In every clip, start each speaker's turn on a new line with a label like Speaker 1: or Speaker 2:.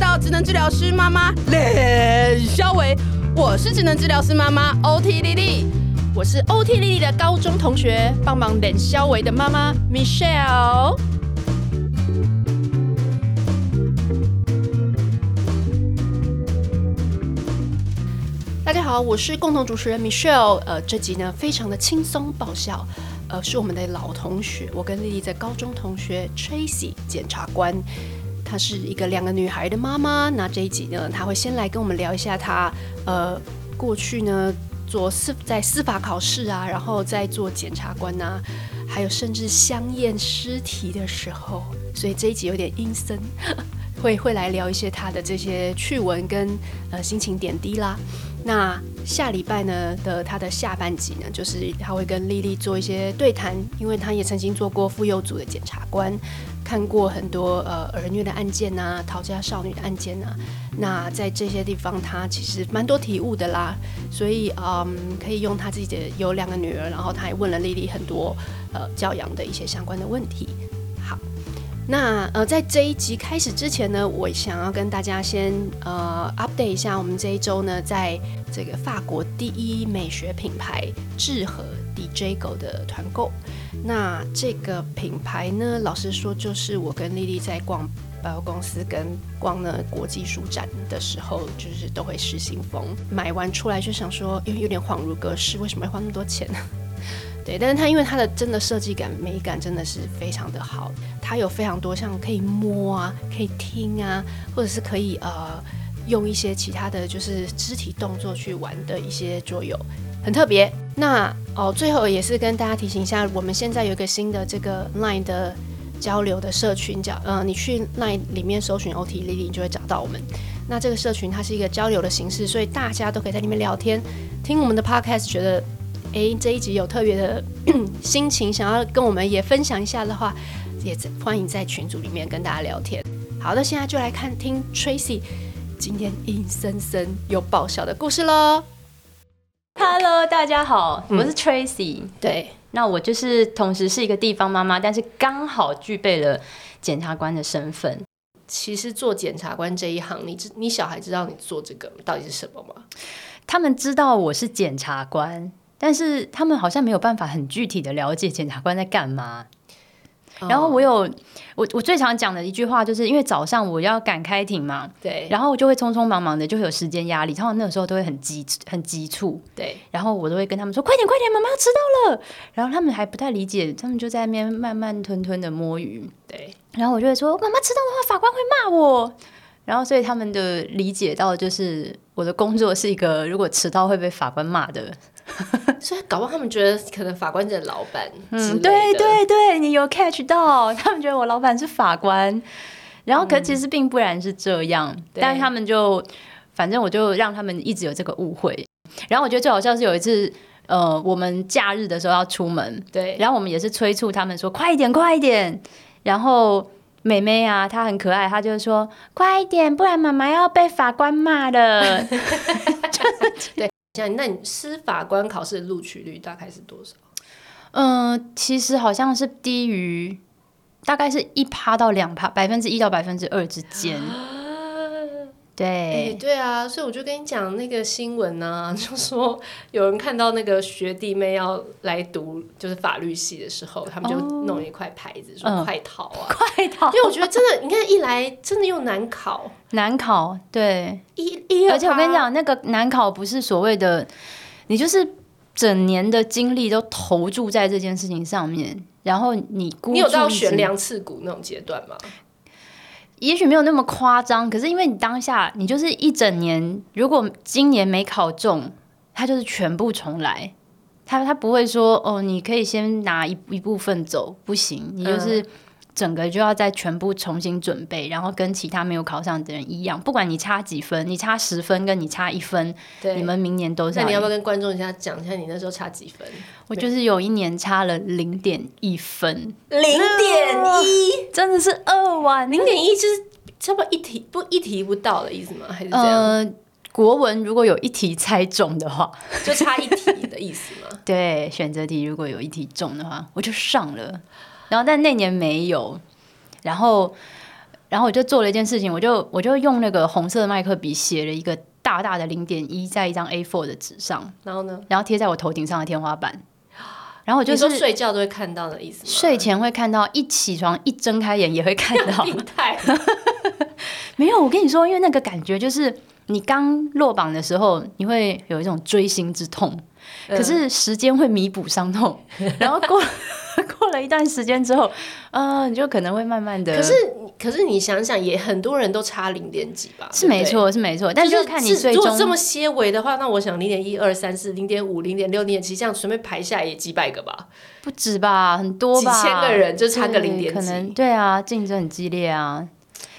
Speaker 1: 到职能治疗师妈妈冷肖维，我是职能治疗师妈妈 OT 丽丽。
Speaker 2: 我是 OT 丽丽的高中同学，帮忙冷肖维的妈妈 Michelle。大家好，我是共同主持人 Michelle。呃，这集呢非常的轻松爆笑，呃，是我们的老同学，我跟丽丽的高中同学 Tracy 检察官，她是一个两个女孩的妈妈。那这一集呢，她会先来跟我们聊一下她呃过去呢做司在司法考试啊，然后再做检察官呐、还有甚至香验尸体的时候，所以这一集有点阴森， 会会来聊一些她的这些趣闻跟呃心情点滴啦。那下礼拜呢的她的下半集呢，就是她会跟丽丽做一些对谈，因为她也曾经做过妇幼组的检察官，看过很多呃儿虐的案件呐、逃家少女的案件呐、啊那在这些地方，她其实蛮多体悟的啦，所以嗯，可以用她自己的有两个女儿，然后她也问了丽丽很多呃教养的一些相关的问题。好，那呃，在这一集开始之前呢，我想要跟大家先呃 update 一下，我们这一周呢，在这个法国第一美学品牌智和 DJ Go 的团购。那这个品牌呢，老实说，就是我跟丽丽在逛百货公司跟逛呢国际书展的时候，就是都会失心疯，买完出来就想说，有有点恍如隔世，为什么要花那么多钱呢？对，但是它因为它的真的设计感、美感真的是非常的好，它有非常多像可以摸啊、可以听啊，或者是可以呃用一些其他的就是肢体动作去玩的一些桌游，很特别。那哦，最后也是跟大家提醒一下，我们现在有一个新的这个 Line 的交流的社群叫呃，你去 Line 里面搜寻 OT 丽丽，你就会找到我们。那这个社群它是一个交流的形式，所以大家都可以在里面聊天，听我们的 Podcast，觉得诶这一集有特别的 心情，想要跟我们也分享一下的话，也在欢迎在群组里面跟大家聊天。好，那现在就来看听 Tracy 今天阴森森又爆笑的故事喽。
Speaker 3: Hello，大家好，我是 Tracy、
Speaker 2: 对，
Speaker 3: 那我就是同时是一个地方妈妈，但是刚好具备了检察官的身份。
Speaker 2: 其实做检察官这一行，你知你小孩知道你做这个到底是什么吗？
Speaker 3: 他们知道我是检察官，但是他们好像没有办法很具体的了解检察官在干嘛。然后我有我我最常讲的一句话，就是因为早上我要赶开庭嘛，
Speaker 2: 对，
Speaker 3: 然后就会匆匆忙忙的，就会有时间压力，他们那个时候都会很急很急促。
Speaker 2: 对，
Speaker 3: 然后我都会跟他们说：“快点，快点，妈妈要迟到了。”然后他们还不太理解，他们就在那边慢慢吞吞的摸鱼。
Speaker 2: 对，
Speaker 3: 然后我就会说：“妈妈迟到的话，法官会骂我。”然后所以他们的理解到，就是我的工作是一个如果迟到会被法官骂的。
Speaker 2: 所以搞不好他们觉得可能法官是老板，
Speaker 3: 嗯，对，对对，你有 catch 到，他们觉得我老板是法官。然后可其实并不然是这样，
Speaker 2: 对
Speaker 3: 但是他们就反正我就让他们一直有这个误会。然后我觉得最好笑是有一次，呃，我们假日的时候要出门，
Speaker 2: 对，
Speaker 3: 然后我们也是催促他们说快一点，快一点。然后妹妹啊，她很可爱，她就说快一点，不然妈妈要被法官骂 了。
Speaker 2: 像那你司法官考试的录取率大概是多少？
Speaker 3: 嗯、其实好像是低于大概是一趴到两趴，百分之一到百分之二之间。
Speaker 2: 哎、
Speaker 3: 对，
Speaker 2: 对啊，所以我就跟你讲那个新闻呢、 就说有人看到那个学弟妹要来读就是法律系的时候，他们就弄一块牌子说
Speaker 3: 哦嗯
Speaker 2: 快逃啊，
Speaker 3: 快到
Speaker 2: 因为我觉得真的，你看一来真的又难考，
Speaker 3: 难考，对，
Speaker 2: 一一
Speaker 3: 而且我跟你
Speaker 2: 讲。
Speaker 3: 讲，那个难考不是所谓的，你就是整年的精力都投注在这件事情上面，然后你孤
Speaker 2: 你有
Speaker 3: 注
Speaker 2: 到
Speaker 3: 一
Speaker 2: 悬
Speaker 3: 掷
Speaker 2: 梁刺股那种阶段吗？
Speaker 3: 也许没有那么夸张，可是因为你当下你就是一整年，如果今年没考中，他就是全部重来。他他不会说哦，你可以先拿一一部分走，不行，你就是整个就要再全部重新准备，然后跟其他没有考上的人一样，不管你差几分，你差十分跟你差一分，
Speaker 2: 对，
Speaker 3: 你们明年都是
Speaker 2: 那
Speaker 3: 要
Speaker 2: 你要
Speaker 3: 赢。
Speaker 2: 不要跟观众一下讲一下你那时候差几分？
Speaker 3: 我就是有一年差了零点一分，
Speaker 2: 零点一，
Speaker 3: 真的是二万
Speaker 2: 零点一就是差不多一题不一题不到的意思吗？还是这样？
Speaker 3: 呃，国文如果有一题猜中的话，
Speaker 2: 就差一题的意思吗？
Speaker 3: 对，选择题如果有一题中的话，我就上了。然后但那年没有，然后然后我就做了一件事情，我就我就用那个红色的麦克笔写了一个大大的零点一在一张 A4 的纸上，
Speaker 2: 然后呢？
Speaker 3: 然后贴在我头顶上的天花板。然后我
Speaker 2: 我
Speaker 3: 就
Speaker 2: 哦就是说睡觉都会看到的意思吗？
Speaker 3: 睡前会看到，一起床一睁开眼也会看 到。
Speaker 2: 病态，
Speaker 3: 没有，我跟你说，因为那个感觉就是你刚落榜的时候，你会有一种锥心之痛，可
Speaker 2: 嗯
Speaker 3: 是时间会弥补伤 痛，然后过 过了一段时间之后，呃，你就可能会慢慢的，
Speaker 2: 可是可是你想想，也很多人都差零点几吧？
Speaker 3: 嗯是没
Speaker 2: 对不对。
Speaker 3: 错，是没错，但
Speaker 2: 就是
Speaker 3: 就看你最
Speaker 2: 如
Speaker 3: 终
Speaker 2: 果这么些微的话，那我想零点一二三四、零点五、零点六、零点七，这样随便排下来也几百个吧。
Speaker 3: 不止吧，很多吧，
Speaker 2: 几千个人就差个
Speaker 3: 对
Speaker 2: 零点几
Speaker 3: 可能对啊，竞争很激烈啊。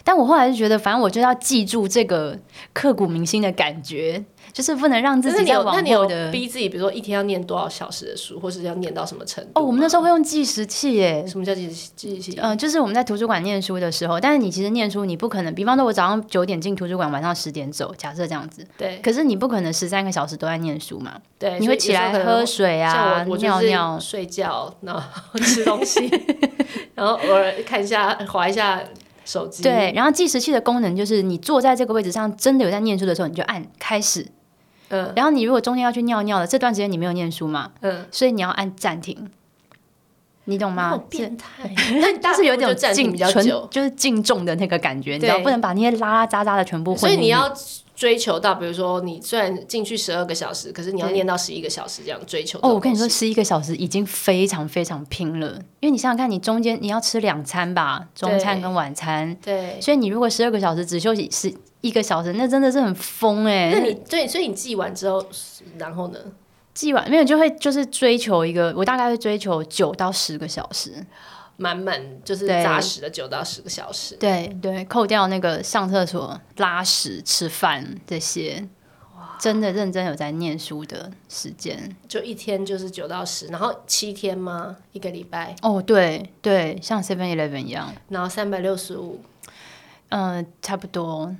Speaker 3: 但我后来就觉得，反正我就要记住这个刻骨铭心的感觉，就是不能让自
Speaker 2: 但是
Speaker 3: 己
Speaker 2: 你
Speaker 3: 在
Speaker 2: 有
Speaker 3: 往
Speaker 2: 那你
Speaker 3: 后
Speaker 2: 有
Speaker 3: 的。
Speaker 2: 逼自己，比如说一天要念多少小时的书，或是要念到什么程度吗？
Speaker 3: 哦，我们那时候会用计时器耶，
Speaker 2: 什么叫记记记？
Speaker 3: 嗯、就是我们在图书馆念书的时候，但是你其实念书，你不可能，比方说我早上九点进图书馆，晚上十点走，假设这样子，
Speaker 2: 对
Speaker 3: 可是你不可能十三个小时都在念书嘛，
Speaker 2: 对，所
Speaker 3: 你
Speaker 2: 以
Speaker 3: 会
Speaker 2: 有
Speaker 3: 起
Speaker 2: 时候
Speaker 3: 来
Speaker 2: 可能
Speaker 3: 喝
Speaker 2: 会
Speaker 3: 水
Speaker 2: 像
Speaker 3: 啊
Speaker 2: 我，我就
Speaker 3: 尿
Speaker 2: 是
Speaker 3: 尿，
Speaker 2: 睡觉，然后 吃东 西，然后偶尔看一下、划一下手机。
Speaker 3: 对，，然后计时器的功能就是你坐在这个位置上，真的有在念书的时候，你就按开始。
Speaker 2: 嗯
Speaker 3: 然后你如果中间要去尿尿了，这段时间你没有念书嘛，
Speaker 2: 嗯，
Speaker 3: 所以你要按暂停，你懂吗？
Speaker 2: 好
Speaker 3: 是
Speaker 2: 变态。但
Speaker 3: 但是有点
Speaker 2: 暂
Speaker 3: 敬
Speaker 2: 停比较
Speaker 3: 纯
Speaker 2: 久，
Speaker 3: 就是敬重的那个感觉，你知道，
Speaker 2: 对
Speaker 3: 不能把那些拉拉杂杂的全部混
Speaker 2: 所
Speaker 3: 进去。
Speaker 2: 以你要追求到，比如说你虽然进去十二个小时，可是你要
Speaker 3: 对
Speaker 2: 念到十一个小时这样追求这种东
Speaker 3: 哦，
Speaker 2: 西。
Speaker 3: 我跟你说，十一个小时已经非常非常拼了，因为你想想看，你中间你要吃两餐吧，中餐
Speaker 2: 对
Speaker 3: 跟晚餐，
Speaker 2: 对。
Speaker 3: 所以你如果十二个小时只休息十一个小时，那真的是很疯哎、
Speaker 2: 那你对，所以你记完之后，然后呢？
Speaker 3: 记完没有就会就是追求一个，我大概会追求九到十个小时。
Speaker 2: 满满就是
Speaker 3: 对
Speaker 2: 扎实的九到十个小时。
Speaker 3: 对对，扣掉那个上厕所、拉屎、吃饭这些，真的认真有在念书的时间。
Speaker 2: 就一天就是九到十，然后七天吗？一个礼拜，
Speaker 3: 哦，对对，像 Seven Eleven 一样。
Speaker 2: 然后三百六十五，
Speaker 3: 嗯，差不多，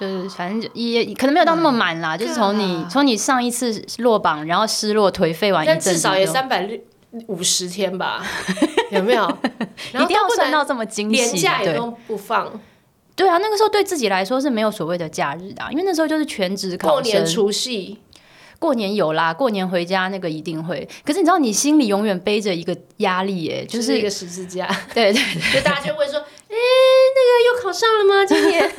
Speaker 3: 就是反正就也也可能没有到那
Speaker 2: 嗯
Speaker 3: 么满啦，就是从你从你上一次落榜，然后失落颓废啊完一
Speaker 2: 啊但
Speaker 3: 阵子之
Speaker 2: 至
Speaker 3: 后，
Speaker 2: 少也三百五十天 吧，有没有？然
Speaker 3: 一
Speaker 2: 后
Speaker 3: 定要
Speaker 2: 都不
Speaker 3: 算
Speaker 2: 能
Speaker 3: 到这么精
Speaker 2: 连
Speaker 3: 细，
Speaker 2: 假也
Speaker 3: 对
Speaker 2: 都不放，
Speaker 3: 对啊，那个时候对自己来说是没有所谓的假日的啊、因为那时候就是全职考生。
Speaker 2: 过年除夕，
Speaker 3: 过年有啦，过年回家那个一定会。可是你知道，你心里永远背着一个压力、耶，
Speaker 2: 就
Speaker 3: 就是是
Speaker 2: 一个十字 架，
Speaker 3: 对对
Speaker 2: 就大家就会说，哎、那个又考上了吗？今 年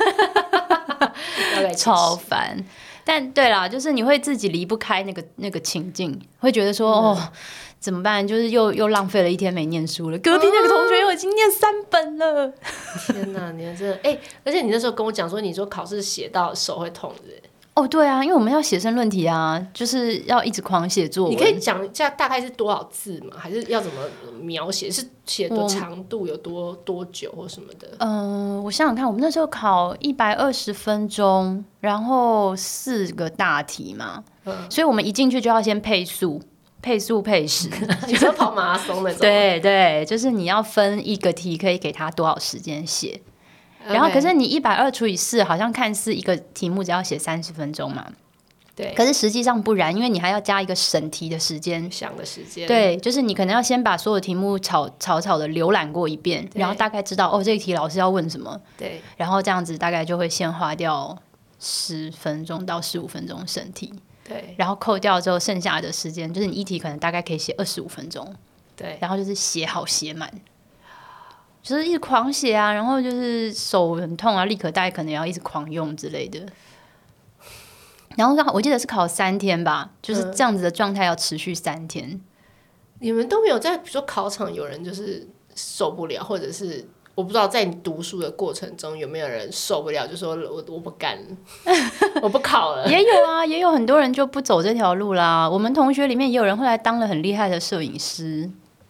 Speaker 2: 大概就是
Speaker 3: 超烦。但对啦，就是你会自己离不开那个那个情境，会觉得说、
Speaker 2: 嗯
Speaker 3: 哦，怎么办？就是又又浪费了一天没念书了。隔壁那个同学又已经念三本了，
Speaker 2: 嗯天哪，你们真的哎、而且你那时候跟我讲说，你说考试写到手会痛的，
Speaker 3: 哦，对啊，因为我们要写申论题啊，就是要一直狂写作文。啊
Speaker 2: 你可以讲一下大概是多少字吗？还是要怎么描写？是写多
Speaker 3: 我
Speaker 2: 长度有多多久或什么的？
Speaker 3: 嗯、我想想看，我们那时候考一百二十分钟，然后四个大题嘛，
Speaker 2: 嗯
Speaker 3: 所以我们一进去就要先配速，配速配时。
Speaker 2: 你说跑马拉松那种？
Speaker 3: 对对，就是你要分一个题，可以给他多少时间写。
Speaker 2: OK，
Speaker 3: 然后可是你一百二除以四，好像看似一个题目只要写三十分钟嘛，
Speaker 2: 对
Speaker 3: 可是实际上不然，因为你还要加一个审题的时间。
Speaker 2: 想的时间，
Speaker 3: 对，就是你可能要先把所有题目草草草的浏览过一遍，
Speaker 2: 对
Speaker 3: 然后大概知道哦这一题老师要问什么，
Speaker 2: 对，
Speaker 3: 然后这样子大概就会先花掉十分钟到十五分钟审题，
Speaker 2: 对
Speaker 3: 然后扣掉之后剩下的时间就是你一题可能大概可以写二十五分钟，
Speaker 2: 对，
Speaker 3: 然后就是写好写满，就是一直狂写啊，然后就是手很痛啊，立可带可能也要一直狂用之类的。然后刚好我记得是考三天吧，就是
Speaker 2: 嗯
Speaker 3: 这样子的状态要持续三天。
Speaker 2: 你们都没有在，比如说考场有人就是受不了，或者是我不知道在你读书的过程中有没有人受不了，就说我我不干，我不考 了。
Speaker 3: 也有啊，也有很多人就不走这条路啦。我们同学里面也有人后来当了很厉害的摄影师，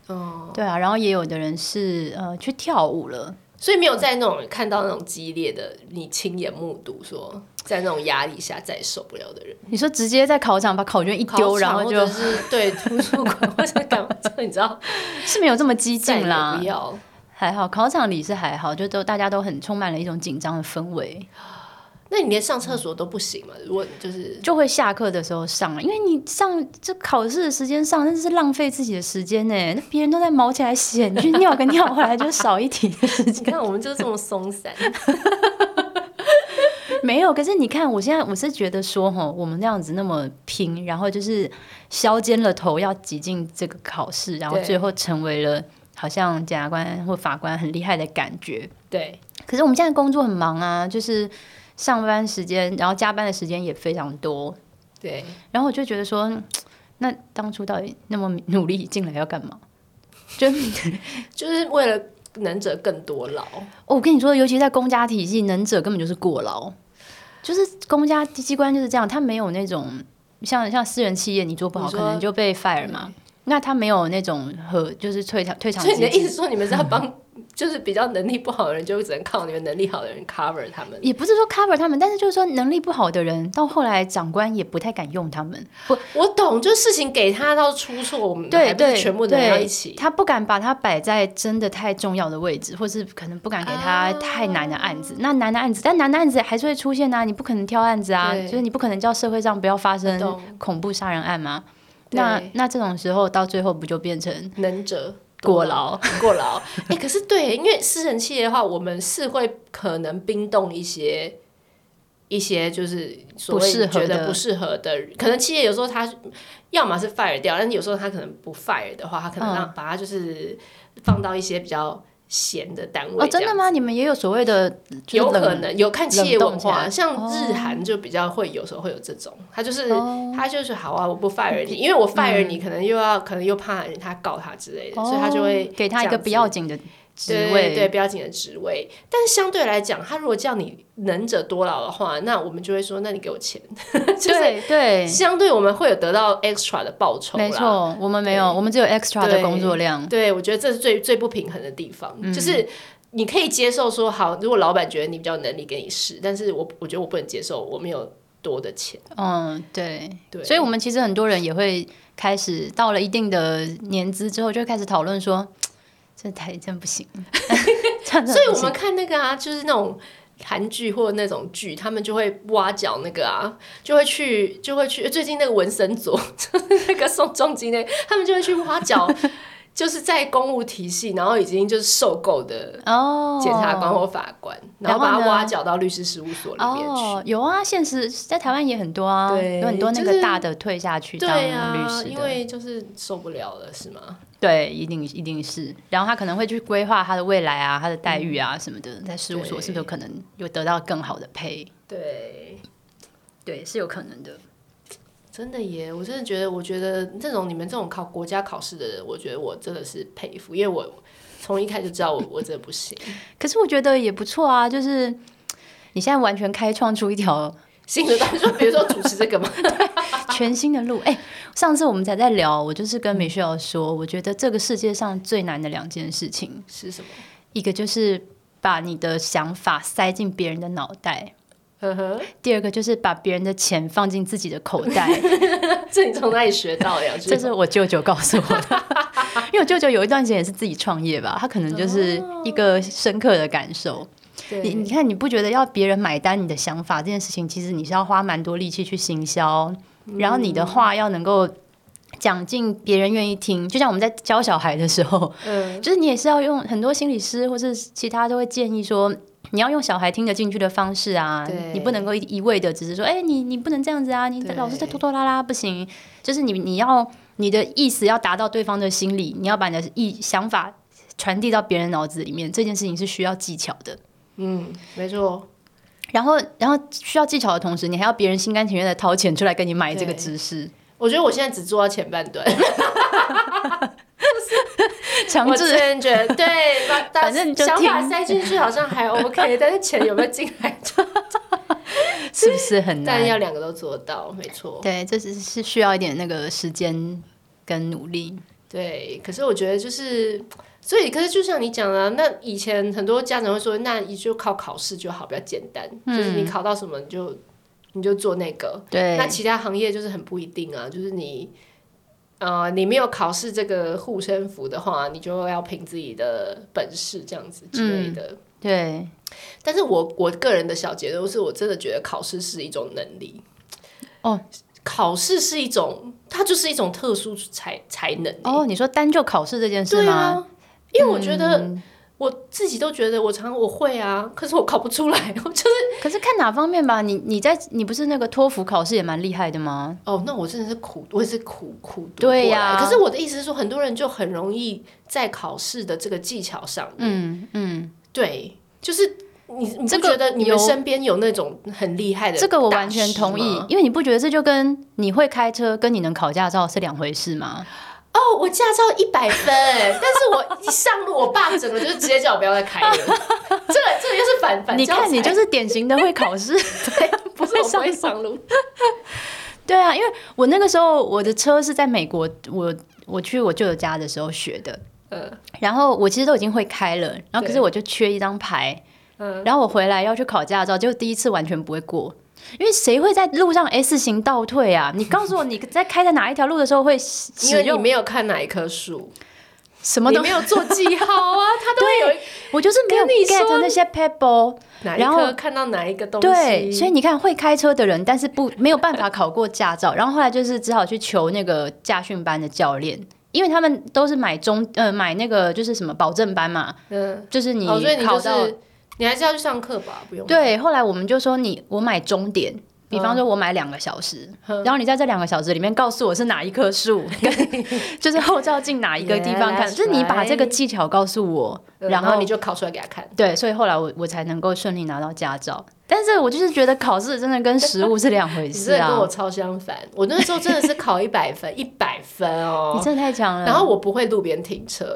Speaker 2: 哦，
Speaker 3: 对啊，然后也有的人是呃去跳舞了。
Speaker 2: 所以没有在那种看到那种激烈的，你亲眼目睹说在那种压力下再也受不了的人。
Speaker 3: 你说直接在考场把考卷一丢，
Speaker 2: 考场
Speaker 3: 然
Speaker 2: 或
Speaker 3: 后就
Speaker 2: 者是对图书 馆或者干嘛，就你知道，
Speaker 3: 是没有这么激
Speaker 2: 再
Speaker 3: 进
Speaker 2: 也
Speaker 3: 啦
Speaker 2: 不。要。
Speaker 3: 还好，考场里是还好，就都大家都很充满了一种紧张的氛围。
Speaker 2: 那你连上厕所都不行嘛？如果你 就是
Speaker 3: 就会下课的时候上啊了，因为你上这考试的时间上，那是浪费自己的时间呢。那别人都在毛起来写，你去尿个尿回来就少一题的时
Speaker 2: 你
Speaker 3: 间。
Speaker 2: 看我们就这么松散，
Speaker 3: 没有，可是你看，我现在我是觉得说，吼，我们那样子那么拼，然后就是削尖了头要挤进这个考试，然后
Speaker 2: 对
Speaker 3: 最后成为了好像检察官或法官很厉害的感觉。
Speaker 2: 对，
Speaker 3: 可是我们现在工作很忙啊，就是上班时间，然后加班的时间也非常多，
Speaker 2: 对，
Speaker 3: 然后我就觉得说，嗯那当初到底那么努力进来要干嘛？就
Speaker 2: 就是为了能者更多劳。
Speaker 3: 哦我跟你说，尤其在公家体系，能者根本就是过劳，就是公家机关就是这样，他没有那种像像私人企业，你做不好
Speaker 2: 你
Speaker 3: 可
Speaker 2: 说
Speaker 3: 能就被 fire 嘛。那他没有那种和就是退场退场
Speaker 2: 所以你的
Speaker 3: 机制
Speaker 2: 意思说，你们是要 帮，就是比较能力不好的人，就只能靠你们能力好的人 cover 他们。
Speaker 3: 也不是说 cover 他们，但是就是说能力不好的人，到后来长官也不太敢用他们，不
Speaker 2: 我懂，就是事情给他到出错，我们
Speaker 3: 对
Speaker 2: 还不是
Speaker 3: 对，
Speaker 2: 全部的人要
Speaker 3: 对
Speaker 2: 一起。
Speaker 3: 他不敢把它摆在真的太重要的位置，或是可能不敢给
Speaker 2: 啊
Speaker 3: 他太难的案子。那难的案子，但难的案子还是会出现啊，你不可能挑案子啊，
Speaker 2: 对
Speaker 3: 就是你不可能叫社会上不要发生
Speaker 2: 我懂
Speaker 3: 恐怖杀人案吗？
Speaker 2: 对
Speaker 3: 那那这种时候到最后不就变成
Speaker 2: 能者
Speaker 3: 过劳？
Speaker 2: 过劳。 哎、可是对，因为私人企业的话，我们是会可能冰冻一些一些，就是所
Speaker 3: 不适
Speaker 2: 谓
Speaker 3: 合
Speaker 2: 觉
Speaker 3: 的
Speaker 2: 得不适合的人，可能企业有时候他要么是 fire 掉，但是有时候他可能不 fire 的话，他可能让、把它就是放到一些比较闲的单位。
Speaker 3: 哦，真的？吗？你们也有所谓的，就是
Speaker 2: 有可
Speaker 3: 冷
Speaker 2: 能有看企业
Speaker 3: 冷冻
Speaker 2: 文
Speaker 3: 起来哦
Speaker 2: 化，像日韩就比较会有时候会有这种，他就是
Speaker 3: 哦
Speaker 2: 他就是好啊，我不 fire 你，因为我 fire 你可能又要可能又怕他告他之类的，所以他就会
Speaker 3: 哦给他一
Speaker 2: 这
Speaker 3: 个
Speaker 2: 样
Speaker 3: 不
Speaker 2: 子
Speaker 3: 要紧的职
Speaker 2: 对
Speaker 3: 位，
Speaker 2: 对对，标紧的职位。但是相对来讲，他如果叫你能者多劳的话，那我们就会说，那你给我钱， 就是
Speaker 3: 对对
Speaker 2: 相对我们会有得到 extra 的报酬啦。
Speaker 3: 没错，我们没有，我们只有 extra 的
Speaker 2: 对
Speaker 3: 工作量。
Speaker 2: 对，我觉得这是最最不平衡的地方，
Speaker 3: 嗯
Speaker 2: 就是你可以接受说好，如果老板觉得你比较有能力给你试，但是我我觉得我不能接受我没有多的钱。
Speaker 3: 嗯，对，
Speaker 2: 对
Speaker 3: 所以我们其实很多人也会开始到了一定的年资之后，就会开始讨论说，这台真 不行，这样真的
Speaker 2: 所以
Speaker 3: 不
Speaker 2: 我
Speaker 3: 行
Speaker 2: 们看那个啊，就是那种韩剧或那种剧，他们就会挖角那个啊，就会去就会去。最近那个文森佐， 就是那个宋仲基那，他们就会去挖角，就是在公务体系，然后已经就是受够的
Speaker 3: 哦，
Speaker 2: 检察官或法官，然
Speaker 3: 然
Speaker 2: 后把
Speaker 3: 后
Speaker 2: 他
Speaker 3: 呢
Speaker 2: 挖角到律师事务所里面去。
Speaker 3: 哦，有啊，现实在台湾也很多啊，
Speaker 2: 对
Speaker 3: 有很多那
Speaker 2: 就
Speaker 3: 个
Speaker 2: 是
Speaker 3: 大的退下去当
Speaker 2: 对
Speaker 3: 律
Speaker 2: 啊，
Speaker 3: 师
Speaker 2: 因
Speaker 3: 的，
Speaker 2: 为就是受不了了，是吗？
Speaker 3: 对，一定一定是，然后他可能会去规划他的未来啊，他的待遇啊什么的，在事务所
Speaker 2: 嗯对
Speaker 3: 是不是有可能有得到更好的配？
Speaker 2: 对，
Speaker 3: 对，是有可能的。
Speaker 2: 真的耶！我真的觉得，我觉得这种你们这种考国家考试的人，我觉得我真的是佩服，因为我从一开始就知道我我真的不 行，
Speaker 3: 可是我觉得也不错啊，就是你现在完全开创出一条
Speaker 2: 新的东西，就比如说主持这个嘛，
Speaker 3: 全新的路。哎、上次我们才在聊，我就是跟 Michelle 说，我觉得这个世界上最难的两件事情，
Speaker 2: 是什么？
Speaker 3: 一个就是把你的想法塞进别人的脑袋。
Speaker 2: 呵呵，
Speaker 3: 第二个就是把别人的钱放进自己的口袋，
Speaker 2: 这你从哪里学到的呀？
Speaker 3: 这是我舅舅告诉我的。因为我舅舅有一段时间也是自己创业吧，他可能就是一个深刻的感受。你你
Speaker 2: 对
Speaker 3: 看，你不觉得要别人买单你的想法这件事情，其实你是要花蛮多力气去行销，然后你
Speaker 2: 嗯
Speaker 3: 的话要能够讲进别人愿意听。就像我们在教小孩的时候，
Speaker 2: 嗯，
Speaker 3: 就是你也是要用很多心理师或是其他都会建议说。你要用小孩听得进去的方式啊
Speaker 2: 对，
Speaker 3: 你不能够一一味的只是说，哎、你你不能这样子啊，你
Speaker 2: 对
Speaker 3: 老是在拖拖拉拉，不行。就是你你要你的意思要达到对方的心理，你要把你的意想法传递到别人脑子里面，这件事情是需要技巧的。
Speaker 2: 嗯，没错，
Speaker 3: 然后，然后需要技巧的同时，你还要别人心甘情愿的掏钱出来跟你买这个
Speaker 2: 对
Speaker 3: 知识，
Speaker 2: 我觉得我现在只做到前半段，
Speaker 3: 强
Speaker 2: 我
Speaker 3: 制
Speaker 2: 真的觉得对，把把
Speaker 3: 反正你就
Speaker 2: 想法
Speaker 3: 听哎
Speaker 2: 塞进去好像还 OK，但是钱有没有进 来，
Speaker 3: 是不是很
Speaker 2: 但
Speaker 3: 难？
Speaker 2: 要两个都做到，没错。
Speaker 3: 对，这是是需要一点那个时间跟努力。
Speaker 2: 对，可是我觉得就是，所以可是就像你讲的啊、那以前很多家长会说，那你就靠考试就好，比较简单，就是你考到什么你就你就做那个。
Speaker 3: 嗯对
Speaker 2: 那其他行业就是很不一定啊，就是你。呃，你没有考试这个护身符的话，你就要凭自己的本事这样子之类
Speaker 3: 嗯
Speaker 2: 的。
Speaker 3: 对，
Speaker 2: 但是我我个人的小结论是我真的觉得考试是一种能力。
Speaker 3: 哦，
Speaker 2: 考试是一种，它就是一种特殊才才能、欸。
Speaker 3: 哦，你说单就考试这件事
Speaker 2: 对
Speaker 3: 吗？嗯
Speaker 2: 啊，因为我觉得、我自己都觉得我常我会啊，可是我考不出来， 我就是
Speaker 3: 可是看哪方面吧，你你在你不是那个托福考试也蛮厉害的吗？
Speaker 2: 哦，那我真的是苦，我也是苦苦读
Speaker 3: 对
Speaker 2: 过来
Speaker 3: 呀
Speaker 2: 可是我的意思是说，很多人就很容易在考试的这个技巧上面，
Speaker 3: 嗯嗯，
Speaker 2: 对，就是你你不
Speaker 3: 这个
Speaker 2: 觉得你
Speaker 3: 有
Speaker 2: 们身边有那种很厉害的？
Speaker 3: 这个我完全同意，因为你不觉得这就跟你会开车跟你能考驾照是两回事吗？
Speaker 2: 哦，我驾照一百分， 但是我一上路，我爸整个就是直接叫我不要再开了。这个这个又是反反
Speaker 3: 你
Speaker 2: 教材，
Speaker 3: 看你就是典型的会 考试，
Speaker 2: 不是我不
Speaker 3: 上
Speaker 2: 会上路，
Speaker 3: 对啊，因为我那个时候我的车是在美国，我我去我舅舅家的时候学的，
Speaker 2: 嗯
Speaker 3: 然后我其实都已经会开了，然后可
Speaker 2: 对
Speaker 3: 是我就缺一张牌，
Speaker 2: 嗯，
Speaker 3: 然后我回来要去考驾照，就第一次完全不会过，因为谁会在路上 S 型倒退啊？你告诉我你在开在哪一条路的时候会使
Speaker 2: 因为
Speaker 3: 使
Speaker 2: 你
Speaker 3: 用
Speaker 2: 没有看哪一棵树，
Speaker 3: 什么
Speaker 2: 你
Speaker 3: 都
Speaker 2: 没有做记号 啊，它都会有一
Speaker 3: 我就是没有
Speaker 2: 跟你说
Speaker 3: get 那些 pebble，
Speaker 2: 哪一
Speaker 3: 然后
Speaker 2: 棵看到哪一个东西，
Speaker 3: 对，所以你看会开车的人，但是不没有办法考过 驾照，然后后来就是只好去求那个驾训班的教练，因为他们都是买中呃买那个就是什么保证班嘛，
Speaker 2: 嗯，
Speaker 3: 就是你
Speaker 2: 哦，所以你
Speaker 3: 考
Speaker 2: 就
Speaker 3: 到、
Speaker 2: 是你还是要去上课吧，不用，
Speaker 3: 对，后来我们就说你我买终点。比方说，我买两个小时，
Speaker 2: 嗯
Speaker 3: 然后你在这两个小时里面告诉我是哪一 棵树，跟就是后照镜哪一个地方
Speaker 2: Yeah,
Speaker 3: 看
Speaker 2: that's
Speaker 3: 就是你把这个
Speaker 2: right
Speaker 3: 技巧告诉我，
Speaker 2: 嗯，
Speaker 3: 然
Speaker 2: 然
Speaker 3: 后
Speaker 2: 后你就考出来给他看。
Speaker 3: 对，所以后来我我才能够顺利拿到驾照。但是我就是觉得考试真的跟实物是两回
Speaker 2: 你
Speaker 3: 事
Speaker 2: 真的跟
Speaker 3: 啊
Speaker 2: 我！超相反，我那时候真的是考一百 分，一百分哦
Speaker 3: 你。真的太强了。
Speaker 2: 然后我不会路边停车，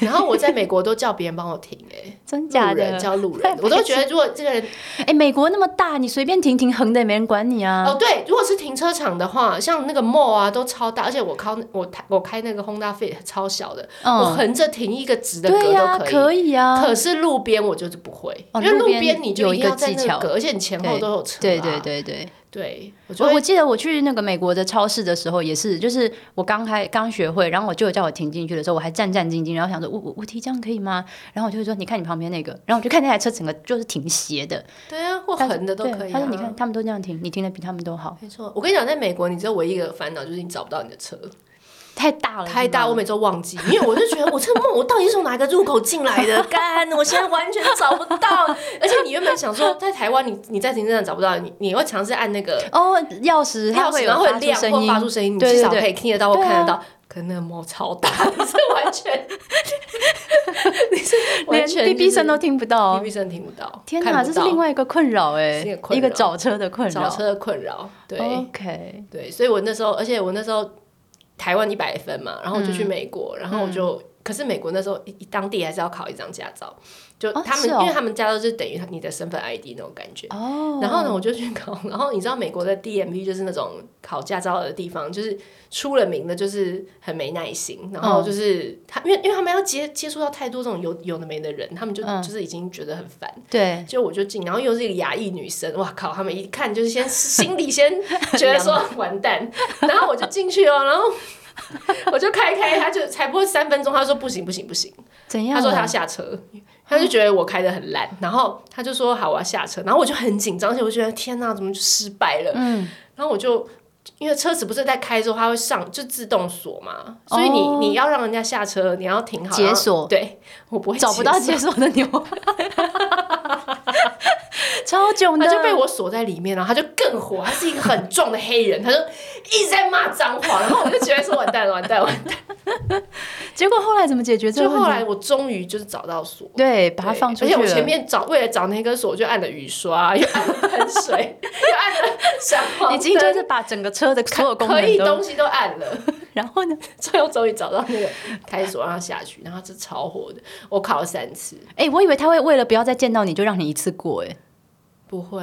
Speaker 2: 然后我在美国都叫别人帮我停、
Speaker 3: 真
Speaker 2: 哎，
Speaker 3: 假
Speaker 2: 路人
Speaker 3: 的，
Speaker 2: 叫路人，我都觉得如果这个人
Speaker 3: 哎，美国那么大，你随便停停横的也没人管你啊。
Speaker 2: 哦对，如果是停车场的话，像那个 mall 啊都超大，而且我开我开我开那个 Honda Fit 超小的，我
Speaker 3: 嗯，
Speaker 2: 横着停一个直的格
Speaker 3: 对呀，
Speaker 2: 都
Speaker 3: 可以啊。
Speaker 2: 可是路边我就是不会，
Speaker 3: 哦
Speaker 2: 因为路
Speaker 3: 路边
Speaker 2: 边你就
Speaker 3: 有
Speaker 2: 一
Speaker 3: 一
Speaker 2: 定
Speaker 3: 个
Speaker 2: 要在
Speaker 3: 技
Speaker 2: 那个
Speaker 3: 巧
Speaker 2: 格，而且你前后
Speaker 3: 对
Speaker 2: 都有车、啊。
Speaker 3: 对对，对对，
Speaker 2: 对我就
Speaker 3: 我我
Speaker 2: 会
Speaker 3: 记得我去那个美国的超市的时候也是，就是我刚开刚学会，然后我舅舅叫我停进去的时候，我还战战兢兢，然后想说我我我提这样可以吗？然后我就会说你看你旁边那个，然后我就看那台车整个就是停斜的，
Speaker 2: 对啊，或
Speaker 3: 但是
Speaker 2: 横的都
Speaker 3: 对
Speaker 2: 可以、啊。
Speaker 3: 他说你看他们都这样停，你停的比他们都好。
Speaker 2: 没错，我跟你讲，在美国，你知道唯一一个烦恼就是你找不到你的车，
Speaker 3: 太大了，
Speaker 2: 太大，我每周忘记，因为我就觉得我这个梦，我到底是从哪个入口进来的？ 干，我现在完全找不到。而且你原本想说，在台湾你你在停车场找不到，你你会尝试按那个
Speaker 3: 哦，钥匙它
Speaker 2: 钥
Speaker 3: 会
Speaker 2: 匙，
Speaker 3: 有
Speaker 2: 然后会
Speaker 3: 发出
Speaker 2: 亮
Speaker 3: 声
Speaker 2: 或
Speaker 3: 音，
Speaker 2: 发出声音，你
Speaker 3: 对
Speaker 2: 至
Speaker 3: 对
Speaker 2: 少
Speaker 3: 对
Speaker 2: 可以听得到或
Speaker 3: 对啊
Speaker 2: 看得到。可那个猫超大，你是完全，你是完
Speaker 3: 连
Speaker 2: 全
Speaker 3: 哔哔声都
Speaker 2: 听
Speaker 3: 听不到。
Speaker 2: ，BB 声听不到。
Speaker 3: 天
Speaker 2: 哪，
Speaker 3: 哪，这是另外一个困扰
Speaker 2: 是一
Speaker 3: 哎
Speaker 2: 个，困
Speaker 3: 一个
Speaker 2: 扰
Speaker 3: 找车的困
Speaker 2: 找
Speaker 3: 扰。哦
Speaker 2: 车的困扰。对，
Speaker 3: OK，
Speaker 2: 对，所以我那时候，而且我那时候台湾一百分嘛，然后我就去
Speaker 3: 嗯
Speaker 2: 美国，然后我就，可是美国那时候一当地还是要考一张驾照，就
Speaker 3: 哦
Speaker 2: 他们、
Speaker 3: 是哦
Speaker 2: 因为他们驾照就等于你的身份 ID 那种感觉。
Speaker 3: 哦，
Speaker 2: 然后呢，我就去考，然后你知道美国的 DMV 就是那种考驾照的地方，就是出了名的，就是很没耐心，然
Speaker 3: 嗯
Speaker 2: 后就是他，因为因为他们要接接触到太多这种有有的没的人，他们就、
Speaker 3: 嗯
Speaker 2: 就是已经觉得很烦，
Speaker 3: 对，
Speaker 2: 就我就进，然后又是一个亚裔女生，哇靠！他们一看就是先心里 先觉得说完蛋，然后我就进去哦，然后我就开一开，他就才不过三分钟，他说不行不行不行，
Speaker 3: 怎样
Speaker 2: 他
Speaker 3: 啊？
Speaker 2: 说他要下车，他就觉得我开的很烂，然后他就说好我要下车，然后我就很紧张，而且我觉得天哪，怎么就失败了？
Speaker 3: 嗯
Speaker 2: 然后我就因为车子不是在开之后，它会上就自动锁嘛，所以你、
Speaker 3: 哦
Speaker 2: 你要让人家下车，你要停好
Speaker 3: 解
Speaker 2: 然后
Speaker 3: 锁
Speaker 2: 对我不会
Speaker 3: 找不到
Speaker 2: 解
Speaker 3: 解锁 的钮，超囧
Speaker 2: 他
Speaker 3: 的，
Speaker 2: 就被我锁在里面，然后他就更火，他是一个很壮的黑人，他就一直在骂脏话，然后我就觉得说完蛋了，完蛋了，完 蛋了。
Speaker 3: 结果后来怎么解决这
Speaker 2: 就
Speaker 3: 个问
Speaker 2: 后来
Speaker 3: 题？
Speaker 2: 我终于就是找到锁，
Speaker 3: 对，把它
Speaker 2: 对
Speaker 3: 放出
Speaker 2: 而
Speaker 3: 去
Speaker 2: 且我
Speaker 3: 了。
Speaker 2: 前面找为了找那根锁，我就按了雨刷，又按了喷水，又按了闪光灯，
Speaker 3: 已经就是把整个车的所有功
Speaker 2: 可以
Speaker 3: 能
Speaker 2: 东
Speaker 3: 都，
Speaker 2: 西都按了，
Speaker 3: 然后呢？
Speaker 2: 最后终于找到那个开锁让他下去，然后他是超火的，我考了三次，
Speaker 3: 哎，我以为他会为了不要再见到你就让你一次过，哎，
Speaker 2: 不会，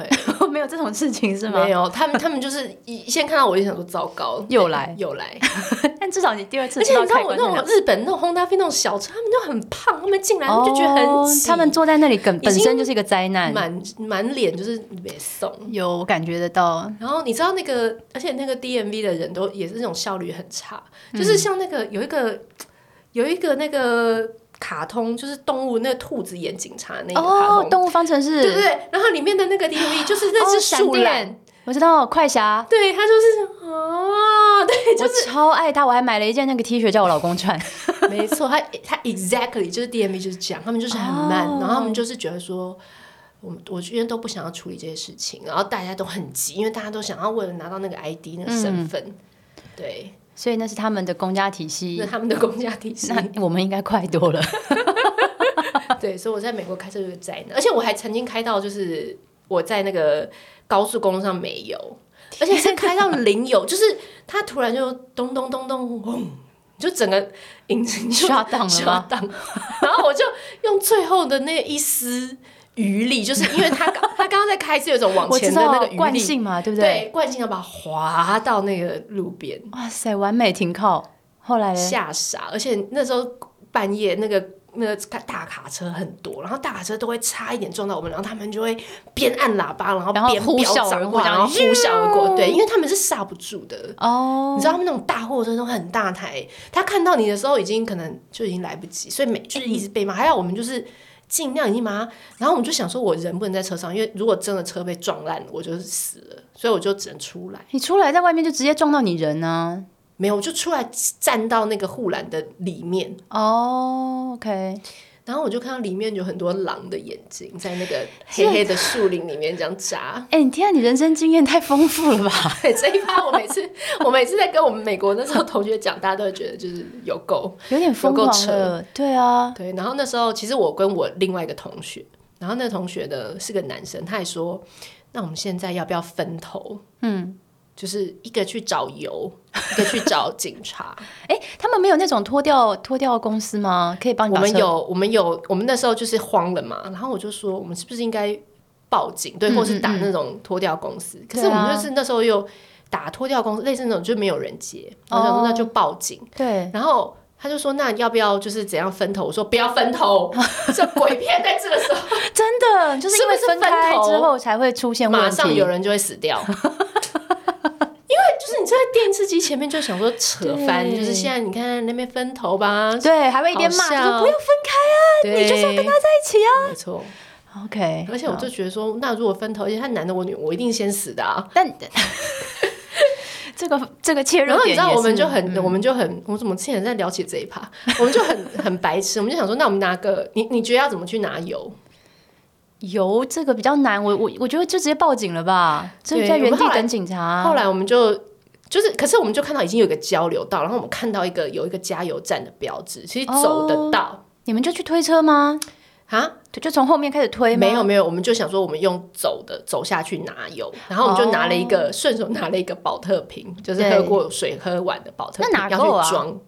Speaker 3: 没有这种事情是吗？
Speaker 2: 没有，他们他们就是一先看到我就想说糟糕，
Speaker 3: 又来
Speaker 2: 又来，
Speaker 3: 但至少你第二次
Speaker 2: 而
Speaker 3: 吃
Speaker 2: 且
Speaker 3: 到
Speaker 2: 你知道
Speaker 3: 开
Speaker 2: 我
Speaker 3: 关
Speaker 2: 那种
Speaker 3: 在
Speaker 2: 日本那种轰达飞那种小车，他们就很胖，他们进来
Speaker 3: 哪
Speaker 2: 他们就觉得
Speaker 3: 哦
Speaker 2: 很挤，
Speaker 3: 他们坐在那里本
Speaker 2: 已经
Speaker 3: 本身就是一个灾难，
Speaker 2: 满满脸就是没送。
Speaker 3: 有感觉得到。
Speaker 2: 然后你知道那个，而且那个 DMV 的人都也是那种效率很差，
Speaker 3: 嗯
Speaker 2: 就是像那个有一个有一个那个卡通，就是动物那个兔子演警察那个卡
Speaker 3: 哦
Speaker 2: 通，，
Speaker 3: 动物方程式，
Speaker 2: 对对对，然后里面的那个 DMV 就是那只
Speaker 3: 哦闪
Speaker 2: 树懒，
Speaker 3: 电，我知道快侠，
Speaker 2: 对，它就是哦，对，就
Speaker 3: 我
Speaker 2: 是
Speaker 3: 超爱他，我还买了一件那个 T 恤叫我老 公穿。
Speaker 2: 没错，他他 exactly 就是 DMV 就是这样，他们就是很慢，
Speaker 3: 哦
Speaker 2: 然后他们就是觉得说，我们我今天都不想要处理这些事情，然后大家都很急，因为大家都想要为了拿到那个 ID 那个
Speaker 3: 嗯
Speaker 2: 身份，对，
Speaker 3: 所以那是他们的公家体系
Speaker 2: 那。他们的公家体系，
Speaker 3: 那我们应该快多 了，
Speaker 2: 对，所以我在美国开车就是灾难，而且我还曾经开到就是我在那个高速公路上没油，而且是开到零油， 就是它突然就咚咚咚咚轰。就整 个引擎就
Speaker 3: 刷档了
Speaker 2: 刷
Speaker 3: 吗
Speaker 2: 档，然后我就用最后的那一丝余力，就是因为他刚他刚刚在开是有一种往
Speaker 3: 我
Speaker 2: 前
Speaker 3: 知
Speaker 2: 的那
Speaker 3: 道
Speaker 2: 个余力，
Speaker 3: 惯性嘛，对不对？
Speaker 2: 对惯性要把它滑到那个路边，
Speaker 3: 哇塞，完美停靠。后来嘞，
Speaker 2: 吓傻，而且那时候半夜那个。那个大卡车很多，然后大卡车都会差一点撞到我们，然后他们就会边按喇叭，然后
Speaker 3: 然后
Speaker 2: 边
Speaker 3: 呼
Speaker 2: 飙
Speaker 3: 啸而
Speaker 2: 脏
Speaker 3: 过
Speaker 2: 话，
Speaker 3: 这样
Speaker 2: 然后呼啸而过。对，因为他们是刹不住的，
Speaker 3: 哦
Speaker 2: 你，知道他们那种大货车都很大台，他看到你的时候已经可能就已经来不及，所以每就是一直被骂。还好我们就是尽量已经把它，然后我们就想说，我人不能在车上，因为如果真的车被撞烂，我就是死了，所以我就只能出来。
Speaker 3: 你出来在外面就直接撞到你人啊呢、
Speaker 2: 没有，我就出来站到那个护栏的里面，
Speaker 3: 哦，OK，
Speaker 2: 然后我就看到里面有很多狼的眼睛在那个黑黑的树林里面这样眨。
Speaker 3: 哎、你天啊，你人生经验太丰富了吧？
Speaker 2: 对这一趴，我每次我每次在跟我们美国那时候同学讲，大家都会觉得就是有够。
Speaker 3: 有点疯
Speaker 2: 有够
Speaker 3: 狂
Speaker 2: 扯
Speaker 3: 了，对啊，
Speaker 2: 对，然后那时候其实我跟我另外一个同学，然后那个同学呢是个男生，他也说，那我们现在要不要分头？
Speaker 3: 嗯，
Speaker 2: 就是一个去找油，一个去找警察。
Speaker 3: 哎、他们没有那种脱掉脱掉公司吗？可以帮你
Speaker 2: 我
Speaker 3: 把
Speaker 2: 们
Speaker 3: 车
Speaker 2: 有，我们有，我们那时候就是慌了嘛，然后我就说，我们是不是应该报警，对，
Speaker 3: 嗯
Speaker 2: 或是打
Speaker 3: 嗯嗯
Speaker 2: 那种脱掉公司？可是
Speaker 3: 对
Speaker 2: 我
Speaker 3: 啊
Speaker 2: 们就是那时候又打脱掉公司，类似那种就没有人接，我想说
Speaker 3: 哦
Speaker 2: 那就报警，
Speaker 3: 对，
Speaker 2: 然后。他就说：“那要不要就是怎样分头？”我说：“不要分头，这鬼片在这个 时候
Speaker 3: 真的就是因为
Speaker 2: 是不是
Speaker 3: 分
Speaker 2: 分
Speaker 3: 开
Speaker 2: 头
Speaker 3: 之后才会出现问题，
Speaker 2: 马上有人就会死 掉。”因为就是你在电视机前面就想说扯翻，
Speaker 3: 对
Speaker 2: 就是现在你看那边分头吧，
Speaker 3: 对，还会一边骂
Speaker 2: 好
Speaker 3: 就
Speaker 2: 笑
Speaker 3: 说不要分开啊，
Speaker 2: 对
Speaker 3: 你就是要跟他在一起啊。
Speaker 2: 没错。
Speaker 3: OK，
Speaker 2: 而且我就觉得说，那如果分头，而且他男的我女，我一定先死的啊。
Speaker 3: 但 这个这个切入
Speaker 2: 然后你
Speaker 3: 点
Speaker 2: 知道，
Speaker 3: 也
Speaker 2: 我们
Speaker 3: 是嗯
Speaker 2: 就很，我们就很，我们怎么之前在聊起这一趴，我们就很很白痴，我们就想说，那我们拿个，你你觉得要怎么去拿油？
Speaker 3: 油这个比较难，我我我觉得就直接报警了吧，就
Speaker 2: 对
Speaker 3: 在原
Speaker 2: 我们后
Speaker 3: 地
Speaker 2: 来
Speaker 3: 等警察。
Speaker 2: 后来我们就就是，可是我们就看到已经有一个交流道，然后我们看到一个有一个加油站的标志，其实走
Speaker 3: 哦
Speaker 2: 得到
Speaker 3: 你们就去推车吗？
Speaker 2: 啊、
Speaker 3: 就就从后面开始推吗？
Speaker 2: 没有没有，我们就想说我们用走的走下去拿油，然后我们就拿了一个、顺手拿了一个保特瓶，就是喝
Speaker 3: 对
Speaker 2: 过水喝完的保特瓶，
Speaker 3: 哦那哪
Speaker 2: 要
Speaker 3: 够啊
Speaker 2: 去装。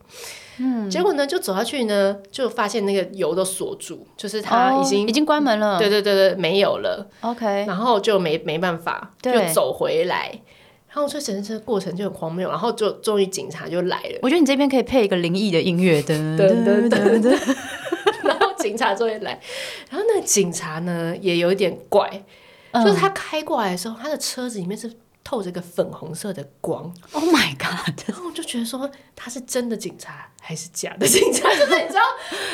Speaker 2: 嗯，结果呢，就走下去呢，就发现那个油都锁住，就是它
Speaker 3: 哦
Speaker 2: 已经、
Speaker 3: 已经关门了。
Speaker 2: 对对对对没有了。
Speaker 3: ，OK，
Speaker 2: 然后就没没办法，就
Speaker 3: 对
Speaker 2: 走回来。然后这整个过程就很荒谬，然后就终于警察就来了，
Speaker 3: 我觉得你这边可以配一个灵异的音乐，噔
Speaker 2: 噔噔
Speaker 3: 噔噔，
Speaker 2: 然后警察终于来，然后那个警察呢也有一点怪，
Speaker 3: 嗯
Speaker 2: 就是他开过来的时候，他的车子里面是透着一个粉红色的光，
Speaker 3: Oh my God，
Speaker 2: 然后我就觉得说他是真的警察还是假的警察，就是你知道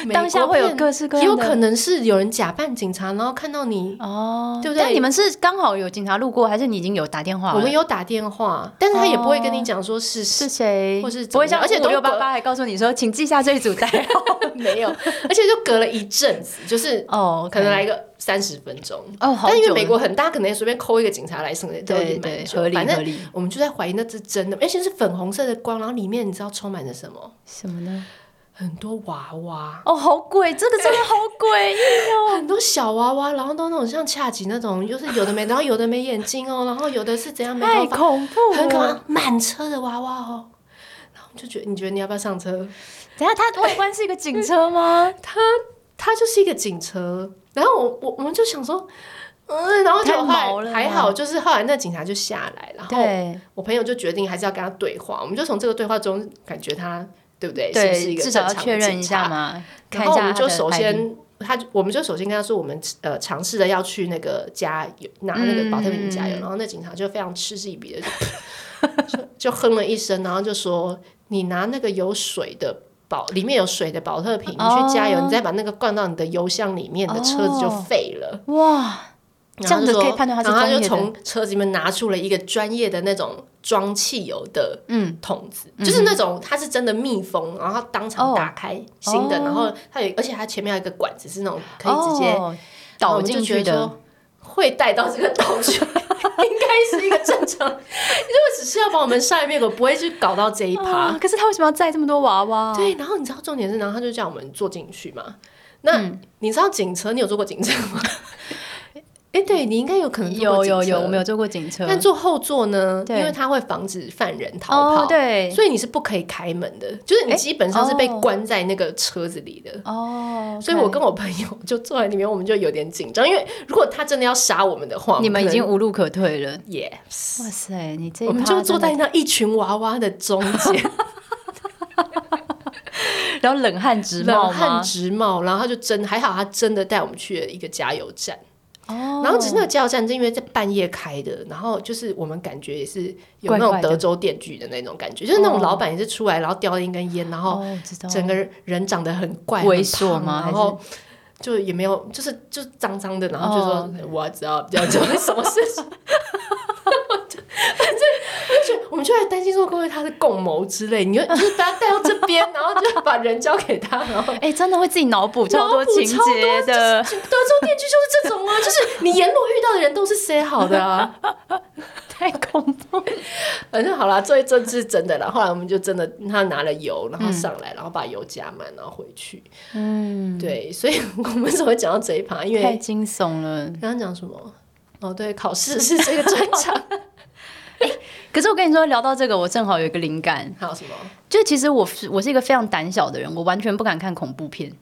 Speaker 2: 美国片，
Speaker 3: 当下会有各式各
Speaker 2: 也有
Speaker 3: 样的
Speaker 2: 可能是有人假扮警察，然后看到你，
Speaker 3: 哦，
Speaker 2: 对不对
Speaker 3: 但你们是刚好有警察路过，还是你已经有打电话了？
Speaker 2: 我们有打电话，但是他也不会跟你
Speaker 3: 哦
Speaker 2: 讲说是
Speaker 3: 是谁，
Speaker 2: 或是怎
Speaker 3: 不会
Speaker 2: 么样
Speaker 3: 像
Speaker 2: 而且
Speaker 3: 五
Speaker 2: 都
Speaker 3: 六八
Speaker 2: 隔
Speaker 3: 八还告诉你说，请记下这一组代号。
Speaker 2: 没有， 而且就隔了一阵子，就是
Speaker 3: 哦
Speaker 2: 可能来个三十分钟。
Speaker 3: 哦，好
Speaker 2: 但因为
Speaker 3: 久
Speaker 2: 美
Speaker 3: 了
Speaker 2: 国很大，可能随便扣一个警察来什么的都已经
Speaker 3: 对
Speaker 2: 蛮
Speaker 3: 对
Speaker 2: 久
Speaker 3: 合理
Speaker 2: 反
Speaker 3: 合
Speaker 2: 正
Speaker 3: 理
Speaker 2: 我们就在怀疑那是真的，而且是粉红色的光，然后里面你知道充满了什么？
Speaker 3: 什么呢？
Speaker 2: 很多娃娃，
Speaker 3: 哦，好鬼，这个真的好哦鬼，
Speaker 2: 很多小娃娃，然后都那种像恰吉那种，就是有的没，然后有的没眼睛哦， 然后有的是怎样没
Speaker 3: 太
Speaker 2: 头发，
Speaker 3: 恐怖
Speaker 2: 很可怕
Speaker 3: 了。，
Speaker 2: 满车的娃娃哦。然后我就觉得，你觉得你要不要上车？
Speaker 3: 等一下，他外观是一个警车吗？
Speaker 2: 它就是一个警车。然后我我我们就想说，嗯，然后就
Speaker 3: 太
Speaker 2: 后来
Speaker 3: 毛了
Speaker 2: 还好，就是后来那警察就下来，然后
Speaker 3: 对
Speaker 2: 我朋友就决定还是要跟他对话，我们就从这个对话中感觉他对不对？是不是
Speaker 3: 对，
Speaker 2: 一个
Speaker 3: 至少要
Speaker 2: 正常的
Speaker 3: 确认一
Speaker 2: 警
Speaker 3: 下
Speaker 2: 察
Speaker 3: 嘛，看
Speaker 2: 然后
Speaker 3: 一
Speaker 2: 我
Speaker 3: 下
Speaker 2: 们
Speaker 3: 他的
Speaker 2: 就首
Speaker 3: ID
Speaker 2: 先，他就我们就首先跟他说，我们呃尝试着要去那个加油，拿那个保特瓶加油，
Speaker 3: 嗯
Speaker 2: 然后那警察就非常嗤之以鼻的就 就就哼了一声，然后就说你拿那个有水的。保里面有水的保特瓶，你去加油，
Speaker 3: 哦
Speaker 2: 你再把那个灌到你的油箱里面，你的车子就
Speaker 3: 哦
Speaker 2: 废了。
Speaker 3: 哇，这
Speaker 2: 然后
Speaker 3: 样
Speaker 2: 就
Speaker 3: 子
Speaker 2: 说
Speaker 3: 可以判断他是
Speaker 2: 然后
Speaker 3: 专
Speaker 2: 他
Speaker 3: 业
Speaker 2: 就
Speaker 3: 的。
Speaker 2: 从车子里面拿出了一个专业的那种装汽油的
Speaker 3: 嗯
Speaker 2: 筒子，就是那种它是真的密封，然后它当场
Speaker 3: 哦
Speaker 2: 打开新的，
Speaker 3: 哦
Speaker 2: 然后它有，而且它前面还有一个管子是那种可以直接
Speaker 3: 哦倒进去。
Speaker 2: 然后我们就觉得
Speaker 3: 的
Speaker 2: 说会带到这个岛去， 应该是一个正常。 因为只是要把我们晒灭，我不会去搞到这一趴。
Speaker 3: 啊！可是他为什么要载这么多娃娃？
Speaker 2: 对，然后你知道重点是，然后他就叫我们坐进去嘛。那、
Speaker 3: 嗯
Speaker 2: 你知道警车，你有坐过警车吗？ 哎、对你应该有可能坐过
Speaker 3: 有有
Speaker 2: 警
Speaker 3: 有，
Speaker 2: 车
Speaker 3: 我们有坐过警车，
Speaker 2: 但坐后座呢，因
Speaker 3: 对
Speaker 2: 为它会防止犯人逃跑，
Speaker 3: 哦对，
Speaker 2: 所以你是不可以开门的，就是你
Speaker 3: 诶
Speaker 2: 基本上是被
Speaker 3: 哦
Speaker 2: 关在那个车子里的。
Speaker 3: 哦，
Speaker 2: 所以我跟我朋友就坐在里面，我们就有点紧张，因为如果他真的要杀我们的话，
Speaker 3: 你们已经
Speaker 2: 我
Speaker 3: 无路可退了。
Speaker 2: 可能 yes，
Speaker 3: 哇塞，你这一
Speaker 2: 我们
Speaker 3: 趴
Speaker 2: 就坐在
Speaker 3: 真
Speaker 2: 那一群娃娃的中间，
Speaker 3: 的，然后冷汗直冒
Speaker 2: 冷汗
Speaker 3: 吗？
Speaker 2: 直冒，然后他就真还好，他真的带我们去了一个加油站。
Speaker 3: 哦
Speaker 2: 然后只是那个加油站是因为在半夜开的，然后就是我们感觉也是有那
Speaker 3: 怪
Speaker 2: 种
Speaker 3: 怪的
Speaker 2: 德州电锯的那种感觉，就是那种老板也是出来，然后叼了一根烟，然后
Speaker 3: 哦，知道
Speaker 2: 整个人长得很怪、
Speaker 3: 猥琐
Speaker 2: 很胖
Speaker 3: 吗
Speaker 2: 然
Speaker 3: 还是
Speaker 2: 后就也没有，就是就是脏脏的，然后就说
Speaker 3: 哦
Speaker 2: 我知道要做什么事情。反正就是我们就在担心说，会不会他是共谋之类？你就就是把他带到这边，然后就把人交给他，然后
Speaker 3: 哎，真的会自己脑补超
Speaker 2: 脑
Speaker 3: 多
Speaker 2: 补
Speaker 3: 情
Speaker 2: 超多
Speaker 3: 节的，
Speaker 2: 就德州电锯就是这种啊，就是你沿路遇到的人都是塞好的啊。
Speaker 3: 太恐怖了。
Speaker 2: 反正好啦，这一阵是真的啦。后来我们就真的他拿了油，然后上来，然后把油加满，然后回去。
Speaker 3: 嗯，
Speaker 2: 对，所以我们怎么会讲到这一趴？因为
Speaker 3: 太惊悚了。
Speaker 2: 刚刚讲什么？哦，对，考试是这个专 场。
Speaker 3: 可是我跟你说，聊到这个，我正好有一个灵感，
Speaker 2: 还有什么？
Speaker 3: 就其实我是我是一个非常胆小的人，我完全不敢看恐怖片。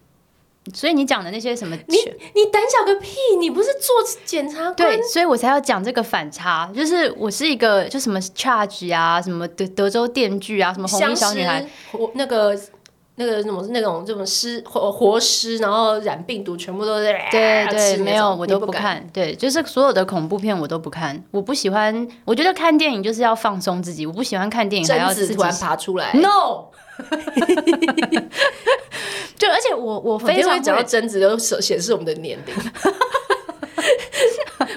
Speaker 3: 所以你讲的那些什么
Speaker 2: 你你胆小个屁！你不是做检察官？
Speaker 3: 对，所以我才要讲这个反差，就是我是一个就什么 charge 啊，什么德德州电锯啊，什么红
Speaker 2: 相
Speaker 3: 衣小女孩
Speaker 2: 尸，，活那个那个什么那种这种尸活活尸，然后染病毒，全部都是
Speaker 3: 对
Speaker 2: 啊
Speaker 3: 对，
Speaker 2: 吃那
Speaker 3: 没有
Speaker 2: 种
Speaker 3: 我
Speaker 2: 你
Speaker 3: 都
Speaker 2: 不
Speaker 3: 不
Speaker 2: 敢
Speaker 3: 看，对，就是所有的恐怖片我都不看，我不喜欢，我觉得看电影就是要放松自己，我不喜欢看电影还要
Speaker 2: 贞
Speaker 3: 自
Speaker 2: 子
Speaker 3: 己
Speaker 2: 突然爬出来。
Speaker 3: no，就而且我我
Speaker 2: 非
Speaker 3: 非常
Speaker 2: 常
Speaker 3: 会
Speaker 2: 讲到贞子，就显显示我们的年龄。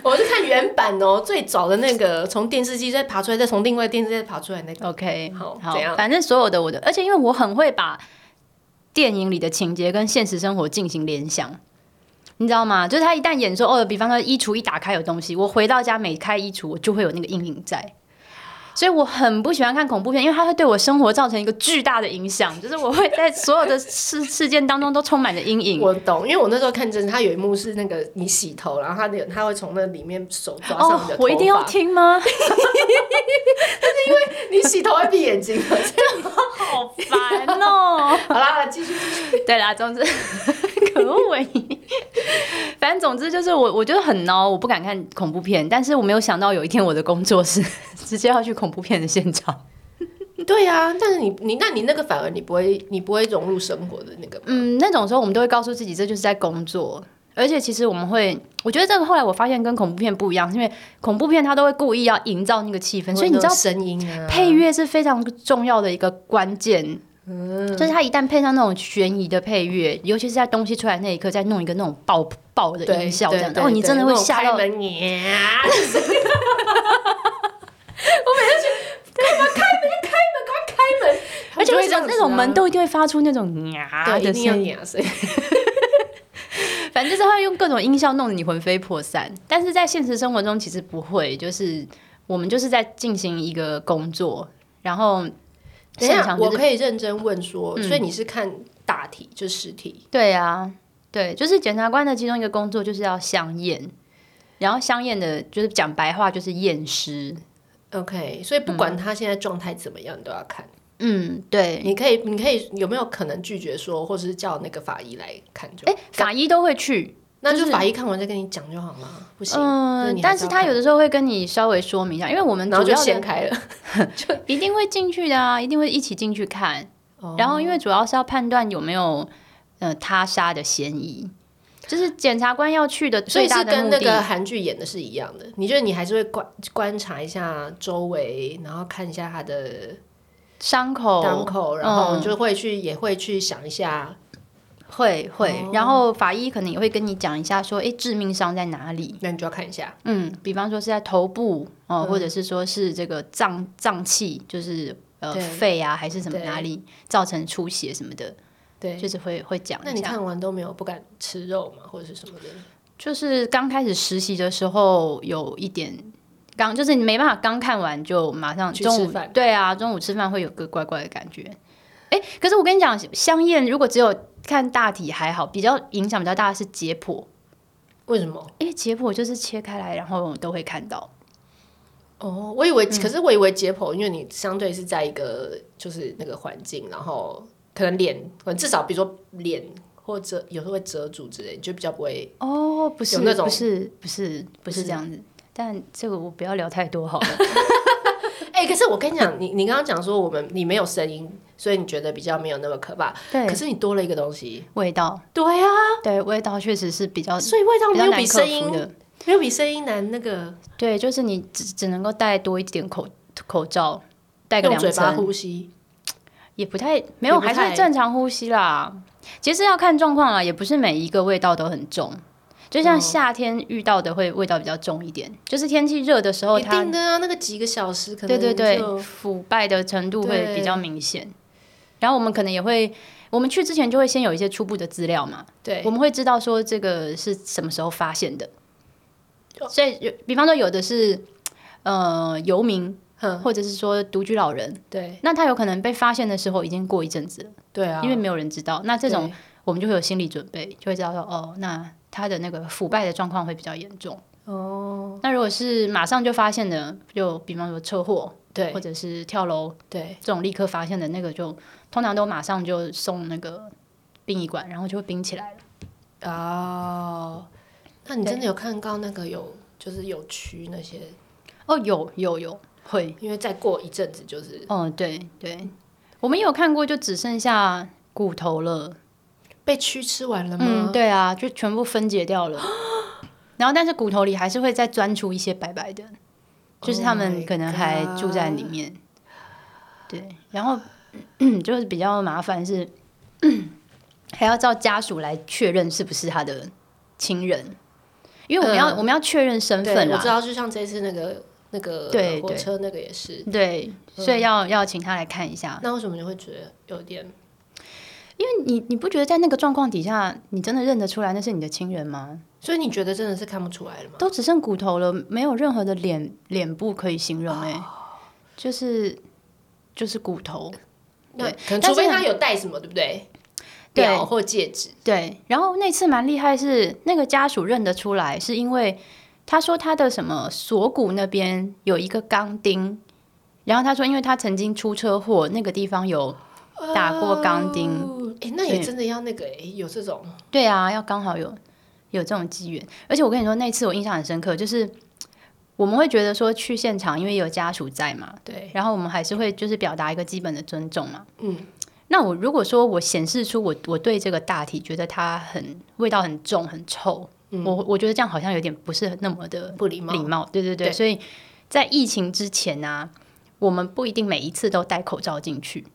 Speaker 2: 我是看原版哦，最早的那个从电视机再爬出来，再从另外电视机再爬出来那个。
Speaker 3: OK，
Speaker 2: 好
Speaker 3: 好
Speaker 2: 怎样，
Speaker 3: 反正所有的我的，而且因为我很会把电影里的情节跟现实生活进行联想，你知道吗？就是他一旦演说哦，比方说衣橱一打开有东西，我回到家每开衣橱，我就会有那个阴影在。所以我很不喜欢看恐怖片，因为它会对我生活造成一个巨大的影响，就是我会在所有的 事事件当中都充满着阴影。
Speaker 2: 我懂，因为我那时候看贞子，它有一幕是那个你洗头，然后它的它会从那里面手抓上
Speaker 3: 哦
Speaker 2: 你的头发、，
Speaker 3: 我一定要 听吗？
Speaker 2: 你洗头会闭眼睛的。
Speaker 3: 好烦哦！
Speaker 2: 好啦，继续继续。
Speaker 3: 对啦，总之 可恶你。反正总之就是我，我觉得很孬，我不敢看恐怖片。但是我没有想到有一天我的工作是 直接要去恐怖片的现场。
Speaker 2: 对啊，但是你你那你那个反而你不会你不会融入生活的那个，
Speaker 3: 嗯，那种时候我们都会告诉自己，这就是在工作。而且其实我们会，我觉得这个后来我发现跟恐怖片不一样，是因为恐怖片它都会故意要营造那个气氛，所以你知道
Speaker 2: 声音啊，
Speaker 3: 配乐是非常重要的一个关键。
Speaker 2: 嗯
Speaker 3: 就是它一旦配上那种悬疑的配乐，尤其是在东西出来那一刻，再弄一个那种爆爆的
Speaker 2: 对
Speaker 3: 音效，这
Speaker 2: 对
Speaker 3: 样，
Speaker 2: 对
Speaker 3: 哦，你
Speaker 2: 对
Speaker 3: 真的会
Speaker 2: 那种
Speaker 3: 吓到
Speaker 2: 开门你 啊。我每次去，快把开门，开门，快开门！
Speaker 3: 而且
Speaker 2: 我
Speaker 3: 为
Speaker 2: 就会这样
Speaker 3: 什么
Speaker 2: 子啊
Speaker 3: 那种门都一定会发出那种呀
Speaker 2: 对，
Speaker 3: 的
Speaker 2: 一定要
Speaker 3: 声音？
Speaker 2: 你啊，所以
Speaker 3: 反正就是它会用各种音效弄得你魂飞魄散。但是在现实生活中其实不会，就是我们就是在进行一个工作，然后
Speaker 2: 等一
Speaker 3: 现
Speaker 2: 下
Speaker 3: 场
Speaker 2: 我
Speaker 3: 就是嗯
Speaker 2: 可以认真问说，所以你是看大体就实体，
Speaker 3: 对啊，对，就是检察官的其中一个工作就是要相验，然后相验的就是讲白话就是验尸。
Speaker 2: OK，所以不管他现在状态怎么样，你都要看。
Speaker 3: 嗯，对。
Speaker 2: 你可以，你可以有没有可能拒绝说，或者是叫那个法医来看就？
Speaker 3: 哎，法医都会去，
Speaker 2: 那就法医看完再跟你讲就好了，不行。那
Speaker 3: 嗯
Speaker 2: 你，还
Speaker 3: 但
Speaker 2: 是
Speaker 3: 是
Speaker 2: 要
Speaker 3: 他
Speaker 2: 看
Speaker 3: 有的时候会跟你稍微说明一下，因为我们
Speaker 2: 然后
Speaker 3: 主
Speaker 2: 就
Speaker 3: 要
Speaker 2: 掀
Speaker 3: 的
Speaker 2: 开了。
Speaker 3: 一定会进去的啊，一定会一起进去看。
Speaker 2: 哦
Speaker 3: 然后因为主要是要判断有没有呃他杀的嫌疑，就是检察官要去的
Speaker 2: 所
Speaker 3: 最
Speaker 2: 以
Speaker 3: 大
Speaker 2: 是
Speaker 3: 的
Speaker 2: 跟
Speaker 3: 目
Speaker 2: 那
Speaker 3: 的。
Speaker 2: 个韩剧演的是一样的，你觉得你还是会观观察一下周围，然后看一下他的
Speaker 3: 伤口
Speaker 2: 伤口，然后
Speaker 3: 嗯
Speaker 2: 就会去、也会去想一下，
Speaker 3: 会会，哦然后法医可能也会跟你讲一下说，诶，哎致命伤在哪里？
Speaker 2: 那你就要看一下。
Speaker 3: 嗯，比方说是在头部哦，
Speaker 2: 嗯
Speaker 3: 或者是说是这个脏脏器，就是呃
Speaker 2: 对
Speaker 3: 肺啊还是什么
Speaker 2: 对
Speaker 3: 哪里造成出血什么的，
Speaker 2: 对，
Speaker 3: 就是会会讲
Speaker 2: 那
Speaker 3: 一
Speaker 2: 你
Speaker 3: 下。
Speaker 2: 看完都没有不敢吃肉嘛，或者是什么的？
Speaker 3: 就是刚开始实习的时候有一点。刚就是你没办法，刚看完就马上
Speaker 2: 去
Speaker 3: 中
Speaker 2: 吃
Speaker 3: 午
Speaker 2: 饭
Speaker 3: 对啊，中午吃饭会有个怪怪的感觉。哎，可是我跟你讲，香艳如果只有看大体还好，比较影响比较大的是解剖，
Speaker 2: 为什么？
Speaker 3: 因为解剖就是切开来，然后都会看到。
Speaker 2: 哦，我以为，可是我以为解剖，因为你相对是在一个就是那个环境，然后可能脸，可能至少比如说脸或者有时候会遮住之类，你就比较不会。
Speaker 3: 哦，不是
Speaker 2: 有那种
Speaker 3: 不是不是不
Speaker 2: 是
Speaker 3: 是这样子。但这个我不要聊太多好了。
Speaker 2: 哎、可是我跟你 讲，你你刚刚讲说我们你没有声音，所以你觉得比较没有那么可怕。
Speaker 3: 对
Speaker 2: 可是你多了一个东西。
Speaker 3: 味道，
Speaker 2: 对啊，
Speaker 3: 对味道确实是比较
Speaker 2: 所以味道
Speaker 3: 比
Speaker 2: 没
Speaker 3: 较
Speaker 2: 有
Speaker 3: 难
Speaker 2: 比
Speaker 3: 克
Speaker 2: 声
Speaker 3: 服
Speaker 2: 音
Speaker 3: 的。
Speaker 2: 没有比声音难那个，
Speaker 3: 对，就是你只只能够戴多一点口口罩，戴个
Speaker 2: 用
Speaker 3: 两
Speaker 2: 嘴巴
Speaker 3: 层，
Speaker 2: 呼吸。
Speaker 3: 也不太没有，
Speaker 2: 也不
Speaker 3: 还
Speaker 2: 太
Speaker 3: 是正常呼吸啦。其实要看状况啦，也不是每一个味道都很重。就
Speaker 2: 嗯
Speaker 3: 像夏天遇到的会味道比较重一点，就是天气热的时候
Speaker 2: 一
Speaker 3: 它
Speaker 2: 定的啊，那个几个小时可能
Speaker 3: 对对对，
Speaker 2: 就
Speaker 3: 腐败的程度会
Speaker 2: 对
Speaker 3: 比较明显。然后我们可能也会，我们去之前就会先有一些初步的资料嘛，
Speaker 2: 对
Speaker 3: 我们会知道说这个是什么时候发现的。
Speaker 2: 哦
Speaker 3: 所以有，比方说有的是呃游民，
Speaker 2: 哼
Speaker 3: 或者是说独居老人，
Speaker 2: 嗯对
Speaker 3: 那他有可能被发现的时候已经过一阵子了，
Speaker 2: 对啊，
Speaker 3: 因为没有人知道。那这种
Speaker 2: 对
Speaker 3: 我们就会有心理准备，就会知道说哦，那他的那个腐败的状况会比较严重。哦，那如果是马上就发现的，就比方说车祸，
Speaker 2: 对
Speaker 3: 或者是跳楼
Speaker 2: 对
Speaker 3: 这种立刻发现的那个就，通常都马上就送那个殡仪馆，然后就会冰起来了。
Speaker 2: 哦，那你真的有看到那个有就是有蛆那些？
Speaker 3: 哦，有有有会，
Speaker 2: 因为再过一阵子就是
Speaker 3: 哦，对对，我们有看过，就只剩下骨头了。
Speaker 2: 被蛆吃完了
Speaker 3: 嗯，
Speaker 2: 吗？
Speaker 3: 对啊，就全部分解掉了。 然后，但是骨头里还是会再钻出一些白白的，就是他
Speaker 2: Oh
Speaker 3: 们
Speaker 2: my
Speaker 3: 可能还住在里面。对，然后 就是比较麻烦是，还要叫家属来确认是不是他的亲人，因为我们要、
Speaker 2: 嗯
Speaker 3: 我们要确认身份
Speaker 2: 我
Speaker 3: 啦
Speaker 2: 知。道，就像这次那个那个
Speaker 3: 啊对
Speaker 2: 火
Speaker 3: 对
Speaker 2: 车那个也是。
Speaker 3: 对，所
Speaker 2: 嗯
Speaker 3: 以要要请他来看一下，
Speaker 2: 那为什么你会觉得有点？
Speaker 3: 因为你你不觉得在那个状况底下，你真的认得出来那是你的亲人吗？
Speaker 2: 所以你觉得真的是看不出来了吗？
Speaker 3: 都只剩骨头了，没有任何的脸脸部可以形容哎、就是就是骨头。
Speaker 2: 那
Speaker 3: 对
Speaker 2: 可能
Speaker 3: 但
Speaker 2: 除
Speaker 3: 是
Speaker 2: 非他
Speaker 3: 很
Speaker 2: 有戴什么，对不对？
Speaker 3: 对
Speaker 2: 表或戒指。
Speaker 3: 对，然后那次蛮厉害是，那个家属认得出来，是因为他说他的什么锁骨那边有一个钢钉，然后他说因为他曾经出车祸，那个地方有打过钢钉。
Speaker 2: 哎、那也
Speaker 3: 对
Speaker 2: 真的要那个哎、有这种
Speaker 3: 对啊，要刚好有有这种机缘。而且我跟你说，那次我印象很深刻，就是我们会觉得说去现场，因为有家属在嘛，
Speaker 2: 对，
Speaker 3: 然后我们还是会就是表达一个基本的尊重嘛。
Speaker 2: 嗯，
Speaker 3: 那我如果说我显示出我我对这个大体觉得它很味道很重很臭，我我觉得这样好像有点不是那么的
Speaker 2: 不礼貌
Speaker 3: 嗯礼貌，对对对，
Speaker 2: 对
Speaker 3: 所以在疫情之前啊，我们不一定每一次都戴口罩进去，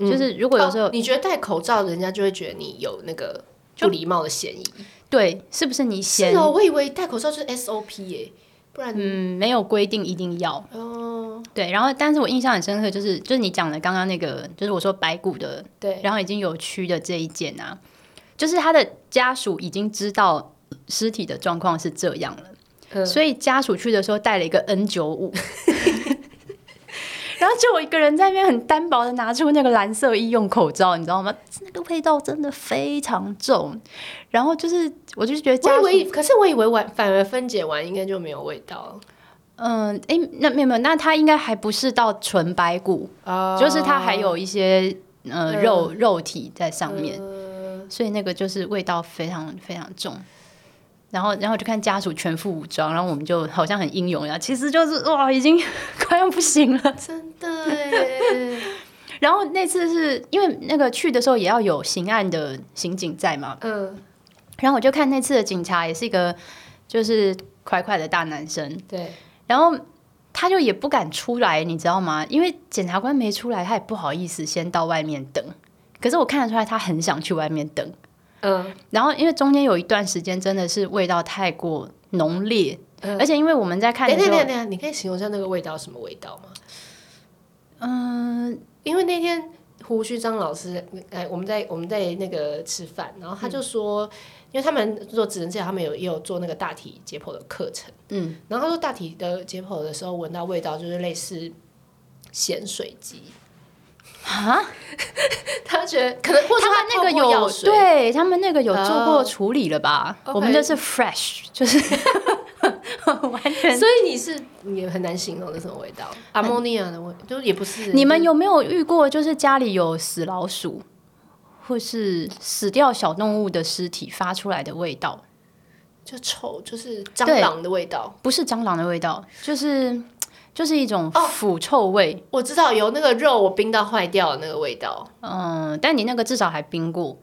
Speaker 3: 就是如果有时候、
Speaker 2: 哦你觉得戴口罩，人家就会觉得你有那个不礼貌的嫌疑。
Speaker 3: 对，是不是你
Speaker 2: 是
Speaker 3: 嫌
Speaker 2: 哦，我以为戴口罩就是 SOP 耶、不然、
Speaker 3: 嗯没有规定一定要
Speaker 2: 哦，
Speaker 3: 对，然后但是我印象很深刻，就是就是你讲的刚刚那个，就是我说白骨的
Speaker 2: 对，
Speaker 3: 然后已经有蛆的这一件啊，就是他的家属已经知道尸体的状况是这样了，
Speaker 2: 嗯
Speaker 3: 所以家属去的时候带了一个 N 九五， 然后就我一个人在那边很单薄的拿出那个蓝色医用口罩，你知道吗？那个味道真的非常重，然后就是我就是觉得家
Speaker 2: 我以
Speaker 3: 属
Speaker 2: 为，。可是我以为完反而分解完应该就没有味道
Speaker 3: 嗯，诶，那没有没有，那他应该还不是到纯白骨，
Speaker 2: 啊
Speaker 3: 就是它还有一些呃
Speaker 2: 嗯
Speaker 3: 肉肉体在上面，
Speaker 2: 呃
Speaker 3: 所以那个就是味道非常非常重。然后然后就看家属全副武装，然后我们就好像很英勇一样，其实就是哇，已经 快要不行了。
Speaker 2: 真的耶，
Speaker 3: 然后那次是因为那个去的时候也要有刑案的刑警在嘛，
Speaker 2: 嗯，
Speaker 3: 然后我就看那次的警察也是一个就是快快的大男生，
Speaker 2: 对，
Speaker 3: 然后他就也不敢出来，你知道吗？因为检察官没出来，他也不好意思先到外面等。可是我看得出来，他很想去外面等。
Speaker 2: 嗯
Speaker 3: 然后因为中间有一段时间真的是味道太过浓烈，
Speaker 2: 嗯
Speaker 3: 而且因为我们在看
Speaker 2: 等
Speaker 3: 的
Speaker 2: 一下等一
Speaker 3: 时候
Speaker 2: 下，等一下，你可以形容一下那个味道什么味道吗？
Speaker 3: 嗯，
Speaker 2: 呃因为那天胡须章老师，哎，我们在我们在那个吃饭，然后他就说，因为他们做职能治疗，他们有也有做那个大体解剖的课程，嗯，然后他说大体的解剖的时候闻到味道就是类似咸水鸡啊，他觉得可能或者
Speaker 3: 他们那个
Speaker 2: 泡过药
Speaker 3: 有
Speaker 2: 水
Speaker 3: 对他们那个有做过
Speaker 2: 哦
Speaker 3: 处理了吧？
Speaker 2: OK
Speaker 3: 我们这是 fresh，就是完 全。
Speaker 2: 所以你是你也很难形容的什么味道，阿莫尼啊亚的味，就是也不是
Speaker 3: 你们有没有遇过，就是家里有死老鼠，或是死掉小动物的尸体发出来的味道？
Speaker 2: 就臭，就是蟑
Speaker 3: 对
Speaker 2: 螂的味道。
Speaker 3: 不是蟑螂的味道，就是就是一种
Speaker 2: 哦
Speaker 3: 腐臭味。
Speaker 2: 我知道有那个肉我冰到坏掉的那个味 道，
Speaker 3: 嗯，但你那个至少还冰过，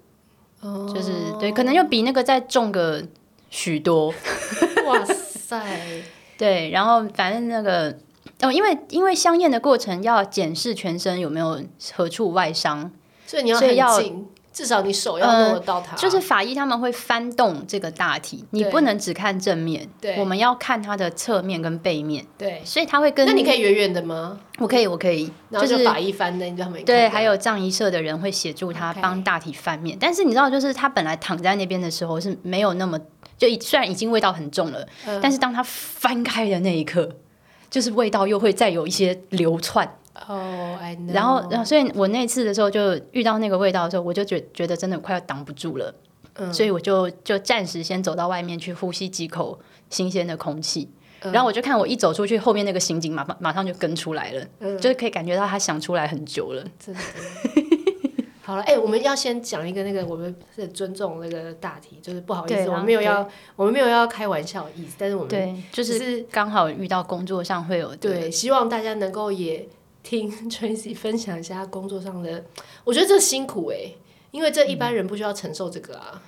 Speaker 3: 就是对，可能就比那个再重个 许多。
Speaker 2: 哇塞，
Speaker 3: 对，然后反正那个哦，因为因为香验的过程要检视全身有没有何处外伤，
Speaker 2: 所以你要
Speaker 3: 所以要
Speaker 2: 很近，至少你手要弄得到它，
Speaker 3: 就是法医他们会翻动这个大体，你
Speaker 2: 对
Speaker 3: 不能只看正面，
Speaker 2: 对
Speaker 3: 我们要看它的侧面跟背面，
Speaker 2: 对。
Speaker 3: 所以他会跟
Speaker 2: 那你可
Speaker 3: 以，
Speaker 2: 以远远的吗？
Speaker 3: 我可以，我可以，
Speaker 2: 然后
Speaker 3: 是
Speaker 2: 就法医翻的，你就没看
Speaker 3: 对，
Speaker 2: 到
Speaker 3: 还有藏医社的人会协助他
Speaker 2: OK
Speaker 3: 帮大体翻面。但是你知道，就是他本来躺在那边的时候是没有那么，就已虽然已经味道很重了，
Speaker 2: 嗯
Speaker 3: 但是当他翻开的那一刻。就是味道又会再有一些流窜，
Speaker 2: 哦、i know。
Speaker 3: 然后，然后，所以我那次的时候就遇到那个味道的时候，我就觉觉得真的快要挡不住了，
Speaker 2: 嗯
Speaker 3: 所以我就就暂时先走到外面去呼吸几口新鲜的空气，
Speaker 2: 嗯
Speaker 3: 然后我就看我一走出去，后面那个刑警马马马上就跟出来了，
Speaker 2: 嗯
Speaker 3: 就是可以感觉到他想出来很久了。
Speaker 2: 真的。好了，哎、我们要先讲一个那个，我们是尊重那个大题，就是不好意
Speaker 3: 对
Speaker 2: 思，
Speaker 3: 啦
Speaker 2: 我们没有要，我们没有要开玩笑的意思，但是我们
Speaker 3: 对，就
Speaker 2: 只
Speaker 3: 是刚好遇到工作上会有
Speaker 2: 对，希望大家能够也听 Tracy 分享一下工作上的，我觉得这辛苦哎、因为这一
Speaker 3: 嗯
Speaker 2: 般人不需要承受这个啊。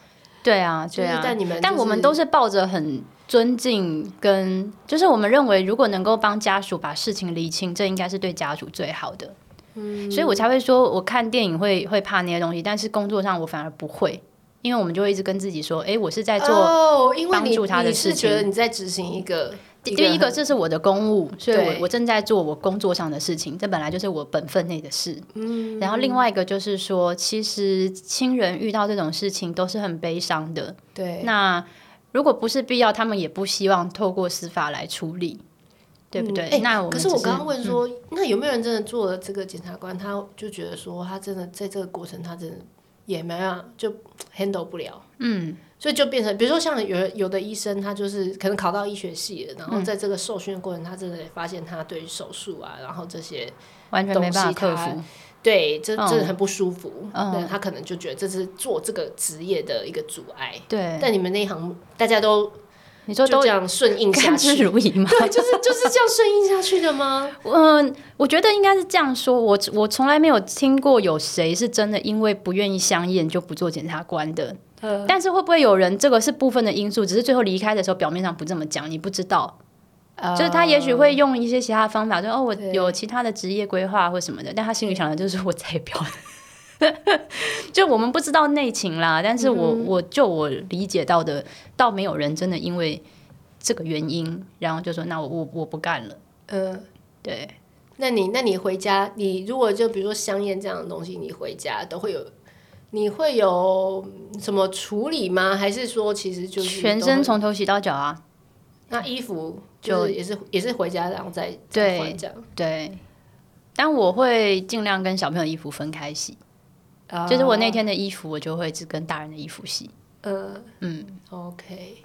Speaker 3: 对啊，
Speaker 2: 就是
Speaker 3: 对啊。
Speaker 2: 但你们就是
Speaker 3: 我们都是抱着很尊敬跟，就是我们认为，如果能够帮家属把事情厘清，这应该是对家属最好的。嗯，所以我才会说，我看电影会会怕那些东西，但是工作上我反而不会，因为我们就会一直跟自己说，哎，我是在做。
Speaker 2: 哦，因为
Speaker 3: 帮
Speaker 2: 你
Speaker 3: 助他的
Speaker 2: 你是
Speaker 3: 事情
Speaker 2: 觉得你在执行一个
Speaker 3: 第第一个，这是我的公务，所以
Speaker 2: 对
Speaker 3: 我我正在做我工作上的事情，这本来就是我本分内的事。嗯，然后另外一个就是说，其实亲人遇到这种事情都是很悲伤的，
Speaker 2: 对
Speaker 3: 那如果不是必要，他们也不希望透过司法来处理，对不对？
Speaker 2: 哎
Speaker 3: 那我们
Speaker 2: 可
Speaker 3: 只嗯
Speaker 2: 是我刚刚问说，那有没有人真的做了这个检察官？他就觉得说，他真的在这个过程，他真的也没办法，就 handle 不了。嗯，所以就变成，比如说像有有的医生，他就是可能考到医学系了，然
Speaker 3: 嗯
Speaker 2: 后在这个受训的过程，他真的发现他对于手术啊，然后这些
Speaker 3: 完全没办法
Speaker 2: 东西
Speaker 3: 克
Speaker 2: 它
Speaker 3: 服，
Speaker 2: 对这
Speaker 3: 嗯
Speaker 2: 真的很不舒服，
Speaker 3: 嗯
Speaker 2: 那他可能就觉得这是做这个职业的一个阻碍。
Speaker 3: 对，
Speaker 2: 但你们那一行大家都
Speaker 3: 你
Speaker 2: 就
Speaker 3: 说都
Speaker 2: 这样顺应下
Speaker 3: 甘之
Speaker 2: 去，
Speaker 3: 如饴 吗？
Speaker 2: 对，就是就是这样顺应下去的吗？
Speaker 3: 嗯，我觉得应该是这样说，我我从来没有听过有谁是真的因为不愿意相验就不做检察官的。但是会不会有人这个是部分的因素，只是最后离开的时候表面上不这么讲，你不知道，就是他也许会用一些其他的方法，说哦，我有其他的职业规划或什么的，但他心里想的就是我再也不要了。就我们不知道内情啦，但是我、我就我理解到的，倒没有人真的因为这个原因，然后就说那我我我不干了，
Speaker 2: 呃，
Speaker 3: 对。
Speaker 2: 那你那你回家，你如果就比如说香烟这样的东西，你回家都会有，你会有嗯什么处理吗？还是说其实就是
Speaker 3: 全
Speaker 2: 都
Speaker 3: 身
Speaker 2: 会
Speaker 3: 从头洗到脚啊。
Speaker 2: 那衣服就是也是也是回家然后再再
Speaker 3: 对
Speaker 2: 换这样，
Speaker 3: 对，但我会尽量跟小朋友衣服分开洗，
Speaker 2: 啊哦
Speaker 3: 就是我那天的衣服，我就会只跟大人的衣服洗。
Speaker 2: 呃嗯，OK。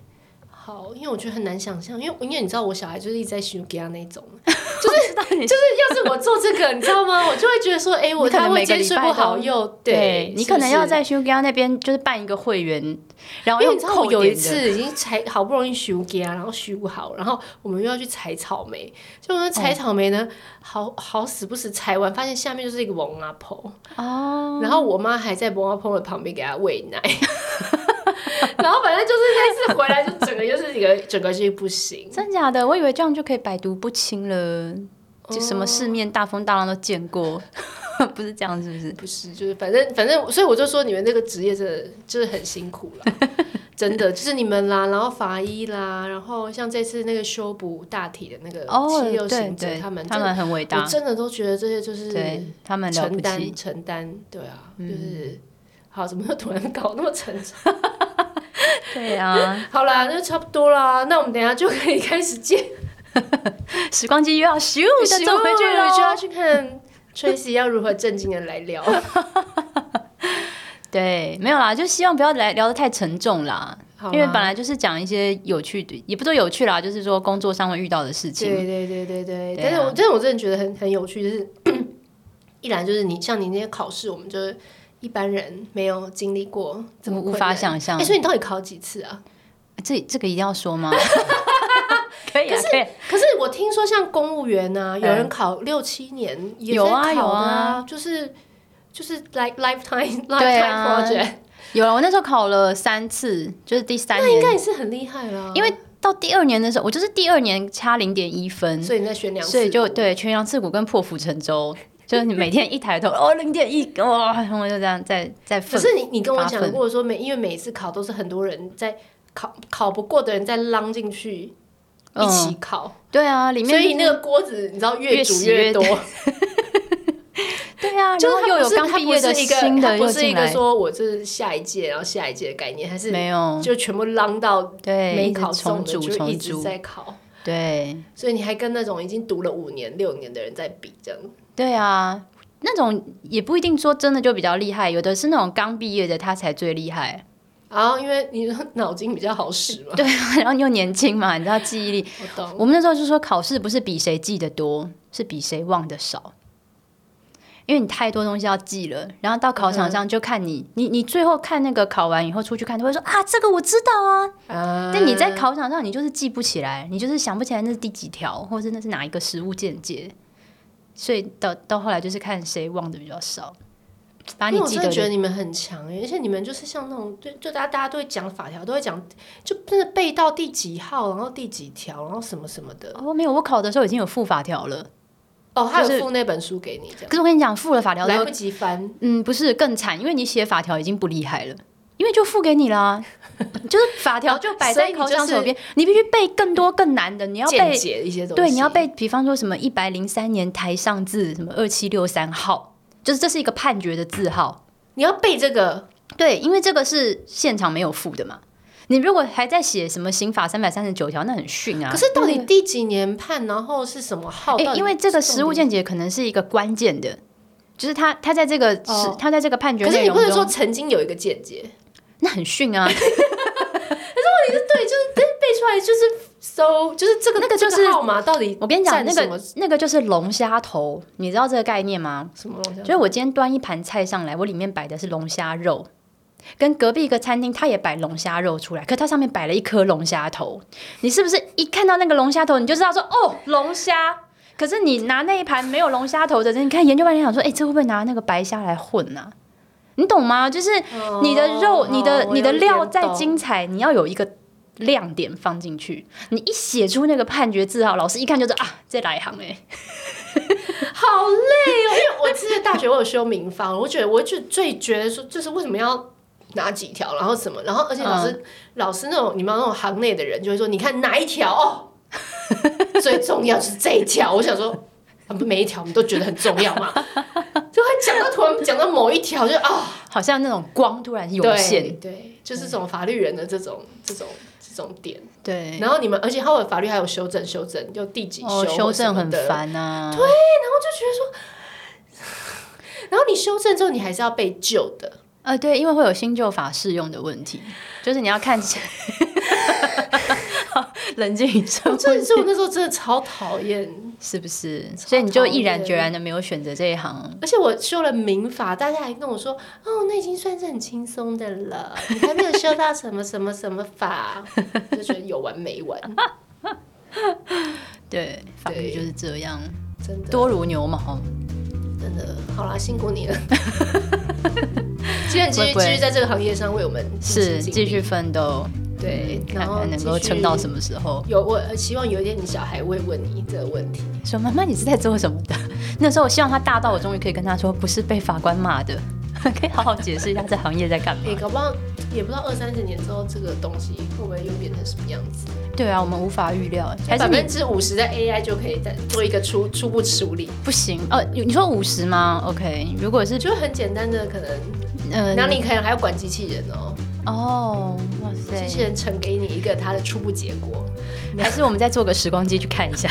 Speaker 2: 好，因为我觉得很难想象，因为因为你知道我小孩就是一直在修给他那种， 就是就是，要是我做这个，你知道吗？我就会觉得说，哎、我
Speaker 3: 你可
Speaker 2: 他
Speaker 3: 能
Speaker 2: 会
Speaker 3: 每个
Speaker 2: 兼
Speaker 3: 礼
Speaker 2: 睡
Speaker 3: 拜
Speaker 2: 不
Speaker 3: 都
Speaker 2: 好又对，
Speaker 3: 你
Speaker 2: 是不
Speaker 3: 可能要
Speaker 2: 是
Speaker 3: 在 Sugar 那边就是办一个会员，然后
Speaker 2: 因为
Speaker 3: 用
Speaker 2: 你知道我
Speaker 3: 扣
Speaker 2: 有一
Speaker 3: 点的
Speaker 2: 次已经采好不容易修给啊，然后修好，然后我们又要去采草莓，就
Speaker 3: 哦
Speaker 2: 我们采草莓呢，好好死不死采完，发现下面就是一个王阿婆，
Speaker 3: 哦，
Speaker 2: 然后我妈还在王阿婆的旁边给她喂奶。 然后反正就是那次回来，就整个就是一个整个就是不行。
Speaker 3: 真假的？我以为这样就可以百毒不侵了，就什么世面大风大浪都见过， 不是这样是不是？
Speaker 2: 不是，就是反正反正，所以我就说你们这个职业真的就是很辛苦 了，真的就是你们啦，然后法医啦，然后像这次那个修补大体的那个
Speaker 3: 哦
Speaker 2: 七，六
Speaker 3: 对
Speaker 2: 行者，
Speaker 3: 对，
Speaker 2: 他们
Speaker 3: 他
Speaker 2: 真的
Speaker 3: 们很伟
Speaker 2: 我
Speaker 3: 大，
Speaker 2: 真的都觉得这些就是
Speaker 3: 对他们了
Speaker 2: 承
Speaker 3: 不起嗯
Speaker 2: 担。承担，对啊，就是好，怎么又突然搞那么沉重？
Speaker 3: 对啊，
Speaker 2: 好啦，那就差不多啦，那我们等一下就可以开始接
Speaker 3: 时光机又要咻的走回去
Speaker 2: 了，就要
Speaker 3: 了。
Speaker 2: 去看 Tracy 要如何正经的来聊。
Speaker 3: 对，没有啦，就希望不要来聊得太沉重啦，
Speaker 2: 好啦
Speaker 3: 因为本来就是讲一些有趣的，也不说有趣啦，就是说工作上会遇到的事情。
Speaker 2: 对对对对对，
Speaker 3: 对啊
Speaker 2: 但是我但是我真的觉得很很有趣，就是 一来就是你像你那些考试，我们就是一般人没有经历过，怎么
Speaker 3: 无无
Speaker 2: 困
Speaker 3: 法
Speaker 2: 难
Speaker 3: 想象
Speaker 2: 哎，所以你到底考几次啊？
Speaker 3: 这这个一定要说吗？ 可以啊，可以啊。
Speaker 2: 可是我听说，像公务员啊，有人考六七年，也
Speaker 3: 嗯有啊
Speaker 2: 在考的
Speaker 3: 有
Speaker 2: 啊，就是就是 like lifetime
Speaker 3: 对
Speaker 2: lifetime
Speaker 3: 啊
Speaker 2: project，
Speaker 3: 有啊，我那时候考了三次，就是第三
Speaker 2: 那
Speaker 3: 年
Speaker 2: 应该也是很厉害啊啦。
Speaker 3: 因为到第二年的时候，我就是第二年差零点一分，
Speaker 2: 所以你在选两次，
Speaker 3: 所以就对全羊刺股跟破釜沉舟，就是你每天一抬头 哦零点一哇，我就这样在在
Speaker 2: 可
Speaker 3: 奋。
Speaker 2: 是你你跟我
Speaker 3: 发
Speaker 2: 讲
Speaker 3: 奋
Speaker 2: 过说每因为每一次考都是很多人在考考不过的人在浪进去一
Speaker 3: 嗯
Speaker 2: 起考，
Speaker 3: 对啊，里面
Speaker 2: 所以那
Speaker 3: 个
Speaker 2: 个锅子你知道
Speaker 3: 越
Speaker 2: 煮
Speaker 3: 洗
Speaker 2: 越
Speaker 3: 越
Speaker 2: 多，
Speaker 3: 对 啊，
Speaker 2: 就
Speaker 3: 然
Speaker 2: 是
Speaker 3: 后
Speaker 2: 它
Speaker 3: 又
Speaker 2: 不
Speaker 3: 有
Speaker 2: 是
Speaker 3: 刚
Speaker 2: 它
Speaker 3: 毕
Speaker 2: 不
Speaker 3: 业的
Speaker 2: 是一个
Speaker 3: 新
Speaker 2: 它
Speaker 3: 的
Speaker 2: 不
Speaker 3: 又
Speaker 2: 是一
Speaker 3: 进
Speaker 2: 个
Speaker 3: 来，
Speaker 2: 说我这是下一届，然后下一届的概念，还是
Speaker 3: 没有
Speaker 2: 就全部浪到
Speaker 3: 对
Speaker 2: 没
Speaker 3: 一直
Speaker 2: 考中
Speaker 3: 重
Speaker 2: 的
Speaker 3: 组
Speaker 2: 就一
Speaker 3: 重
Speaker 2: 直
Speaker 3: 组，
Speaker 2: 在考。
Speaker 3: 对
Speaker 2: 所以你还跟那种已经读了五年、六年的人在比，这样
Speaker 3: 对啊。那种也不一定说真的就比较厉害，有的是那种刚毕业的他才最 厉害，
Speaker 2: 然后因为你说脑筋比较好使嘛，
Speaker 3: 对啊，然后你又年轻嘛，你知道记忆力。
Speaker 2: 我懂。
Speaker 3: 我们那时候就说考试不是比谁记得多，是比谁忘得少。因为你太多东西要记了，然后到考
Speaker 2: 嗯
Speaker 3: 场上就看你，你你最后看那个考完以后出去看，都会说啊，这个我知道啊。
Speaker 2: 啊
Speaker 3: 但你在考场上，你就是记不起来，你就是想不起来那是第几条，或是那是哪一个实物见解。所以到到后来就是看谁忘的比较少，把啊你
Speaker 2: 因为我
Speaker 3: 记
Speaker 2: 真
Speaker 3: 得
Speaker 2: 的
Speaker 3: 的
Speaker 2: 觉得你们很强欸、而且你们就是像那种，就就大家大家都会讲法条，都会讲，就真的背到第几号，然后第几条，然后什么什么的。
Speaker 3: 哦，没有，我考的时候已经有附法条了。
Speaker 2: 哦，他
Speaker 3: 就
Speaker 2: 有
Speaker 3: 是
Speaker 2: 附那本书给你，这样
Speaker 3: 可是我跟你讲，附了法条之
Speaker 2: 来
Speaker 3: 后
Speaker 2: 不，及翻。
Speaker 3: 嗯，不是更惨，因为你写法条已经不厉害了，因为就付给你 啦，就是法条就摆
Speaker 2: 所以
Speaker 3: 在
Speaker 2: 你
Speaker 3: 考
Speaker 2: 就
Speaker 3: 场
Speaker 2: 是
Speaker 3: 手边，你必须背更多更难的，你要
Speaker 2: 见
Speaker 3: 背，
Speaker 2: 解一些东西，
Speaker 3: 对，你要背，比方说什么一百零三年台上字，什么二七六三号，就是这是一个判决的字号，
Speaker 2: 你要背这个，
Speaker 3: 对，因为这个是现场没有付的嘛。你如果还在写什么刑法三百三十九条，那很逊啊。
Speaker 2: 可是到底第几年判，然后是什么号？
Speaker 3: 诶
Speaker 2: 到底
Speaker 3: 因为这个
Speaker 2: 是
Speaker 3: 实物
Speaker 2: 重点，
Speaker 3: 见解可能是一个关键的，就是他他在这个实、
Speaker 2: 哦
Speaker 3: 他在这个判决
Speaker 2: 可是
Speaker 3: 内
Speaker 2: 你
Speaker 3: 容
Speaker 2: 不
Speaker 3: 中，
Speaker 2: 能说曾经有一个见解，
Speaker 3: 那很逊啊。
Speaker 2: 对，就是但是背出来就是 so，就是这个
Speaker 3: 那个就是
Speaker 2: 这号码到底
Speaker 3: 我跟 你讲，
Speaker 2: 占
Speaker 3: 那
Speaker 2: 什么
Speaker 3: 个那个就是龙虾头，你知道这个概念吗？
Speaker 2: 什么东西啊？
Speaker 3: 就是我今天端一盘菜上来，我里面摆的是龙虾肉，跟隔壁一个餐厅他也摆龙虾肉出来，可它上面摆了一颗龙虾头。你是不是一看到那个龙虾头，你就知道说哦龙虾？可是你拿那一盘没有龙虾头的，你看研究半天想说，哎、这会不会拿那个白虾来混啊？你懂吗？就是你的肉、
Speaker 2: 哦
Speaker 3: 你的、
Speaker 2: 我
Speaker 3: 你的
Speaker 2: 有
Speaker 3: 料
Speaker 2: 点
Speaker 3: 再
Speaker 2: 懂
Speaker 3: 精彩，你要有一个亮点放进去。你一写出那个判决字号，老师一看就知道啊，这来一行哎、
Speaker 2: 好累哦，因为我之前大学我有修民法， 我觉得我就最觉得说，就是为什么要拿几条，然后什么，然后而
Speaker 3: 嗯
Speaker 2: 且老师、老师那种你们那种行内的人就会说，你看哪一条 哦，最重要是这一条。我想说，啊每一条我们都觉得很重要嘛，就会讲到突然讲到某一条就啊，
Speaker 3: 好像那种光突然涌
Speaker 2: 对
Speaker 3: 现。
Speaker 2: 对，就是这种法律人的这种这种这种点。
Speaker 3: 对，
Speaker 2: 然后你们，而且他们法律还有修正修正，就第几修、
Speaker 3: 哦，修正很。烦啊。对，
Speaker 2: 然后你修正之后，你还是要被救的。
Speaker 3: 呃，对，因为会有新旧法适用的问题，就是你要看， 冷静一 阵，
Speaker 2: 真的是我那时候真的超讨厌，
Speaker 3: 是不是？所以你就毅然决然的没有选择这一行。
Speaker 2: 而且我修了民法，大家还跟我说：“哦，那已经算是很轻松的了，你还没有修到什么什么什么法。” 我就觉得有完没完，
Speaker 3: 对，法律就是这样，
Speaker 2: 真的
Speaker 3: 多如牛毛。
Speaker 2: 真的。好啦，辛苦你了。希望你继续
Speaker 3: 不会不会
Speaker 2: 继续在这个行业上为我们尽
Speaker 3: 是
Speaker 2: 心尽
Speaker 3: 继
Speaker 2: 力
Speaker 3: 续奋斗，
Speaker 2: 对，
Speaker 3: 看
Speaker 2: 然后
Speaker 3: 看能够
Speaker 2: 继续
Speaker 3: 撑到什么时候。
Speaker 2: 有我呃希望有一天你小孩会问你这个问题，
Speaker 3: 说妈妈，你是在做什么的？ 那时候我希望他大到我终于可以跟他说，不是被法官骂的， 可以好好解释一下这行业在 干嘛
Speaker 2: 哎、。搞不好也不知道二三十年之后这个东西会不会又变成什么样子。
Speaker 3: 对啊，我们无法预料，还是
Speaker 2: 百
Speaker 3: 你
Speaker 2: 分之五十在 AI 就可以再做一个初初步处理，
Speaker 3: 不行哦？你你说五十吗？OK，如果是
Speaker 2: 就很简单的可能，
Speaker 3: 呃，
Speaker 2: 哪里可能还要管机器人哦？
Speaker 3: 哦，哇塞
Speaker 2: 机，器人呈给你一个它的初步结果，
Speaker 3: 还是我们再坐个时光机去看一 下？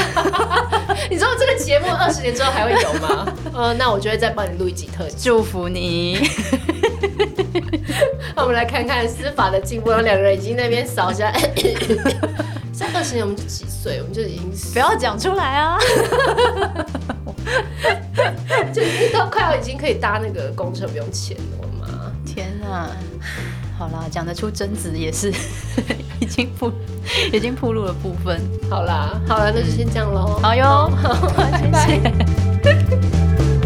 Speaker 2: 你知道这个节目二十年之后还会有吗？ 呃，那我就会再帮你录一集特辑。
Speaker 3: 祝福你，
Speaker 2: 那我们来看看司法的进步，然后两个人已经那边扫一 下。在二十年我们就几岁？我们就已经
Speaker 3: 不要讲出来啊！
Speaker 2: 就已经到快要已经可以搭那个公车不用钱了嘛。
Speaker 3: 天哪，好啦，讲得出贞子也是 已经铺已经铺路的部分。
Speaker 2: 好啦，好啦，那就先这样喽。
Speaker 3: 好哟，
Speaker 2: 好，拜拜。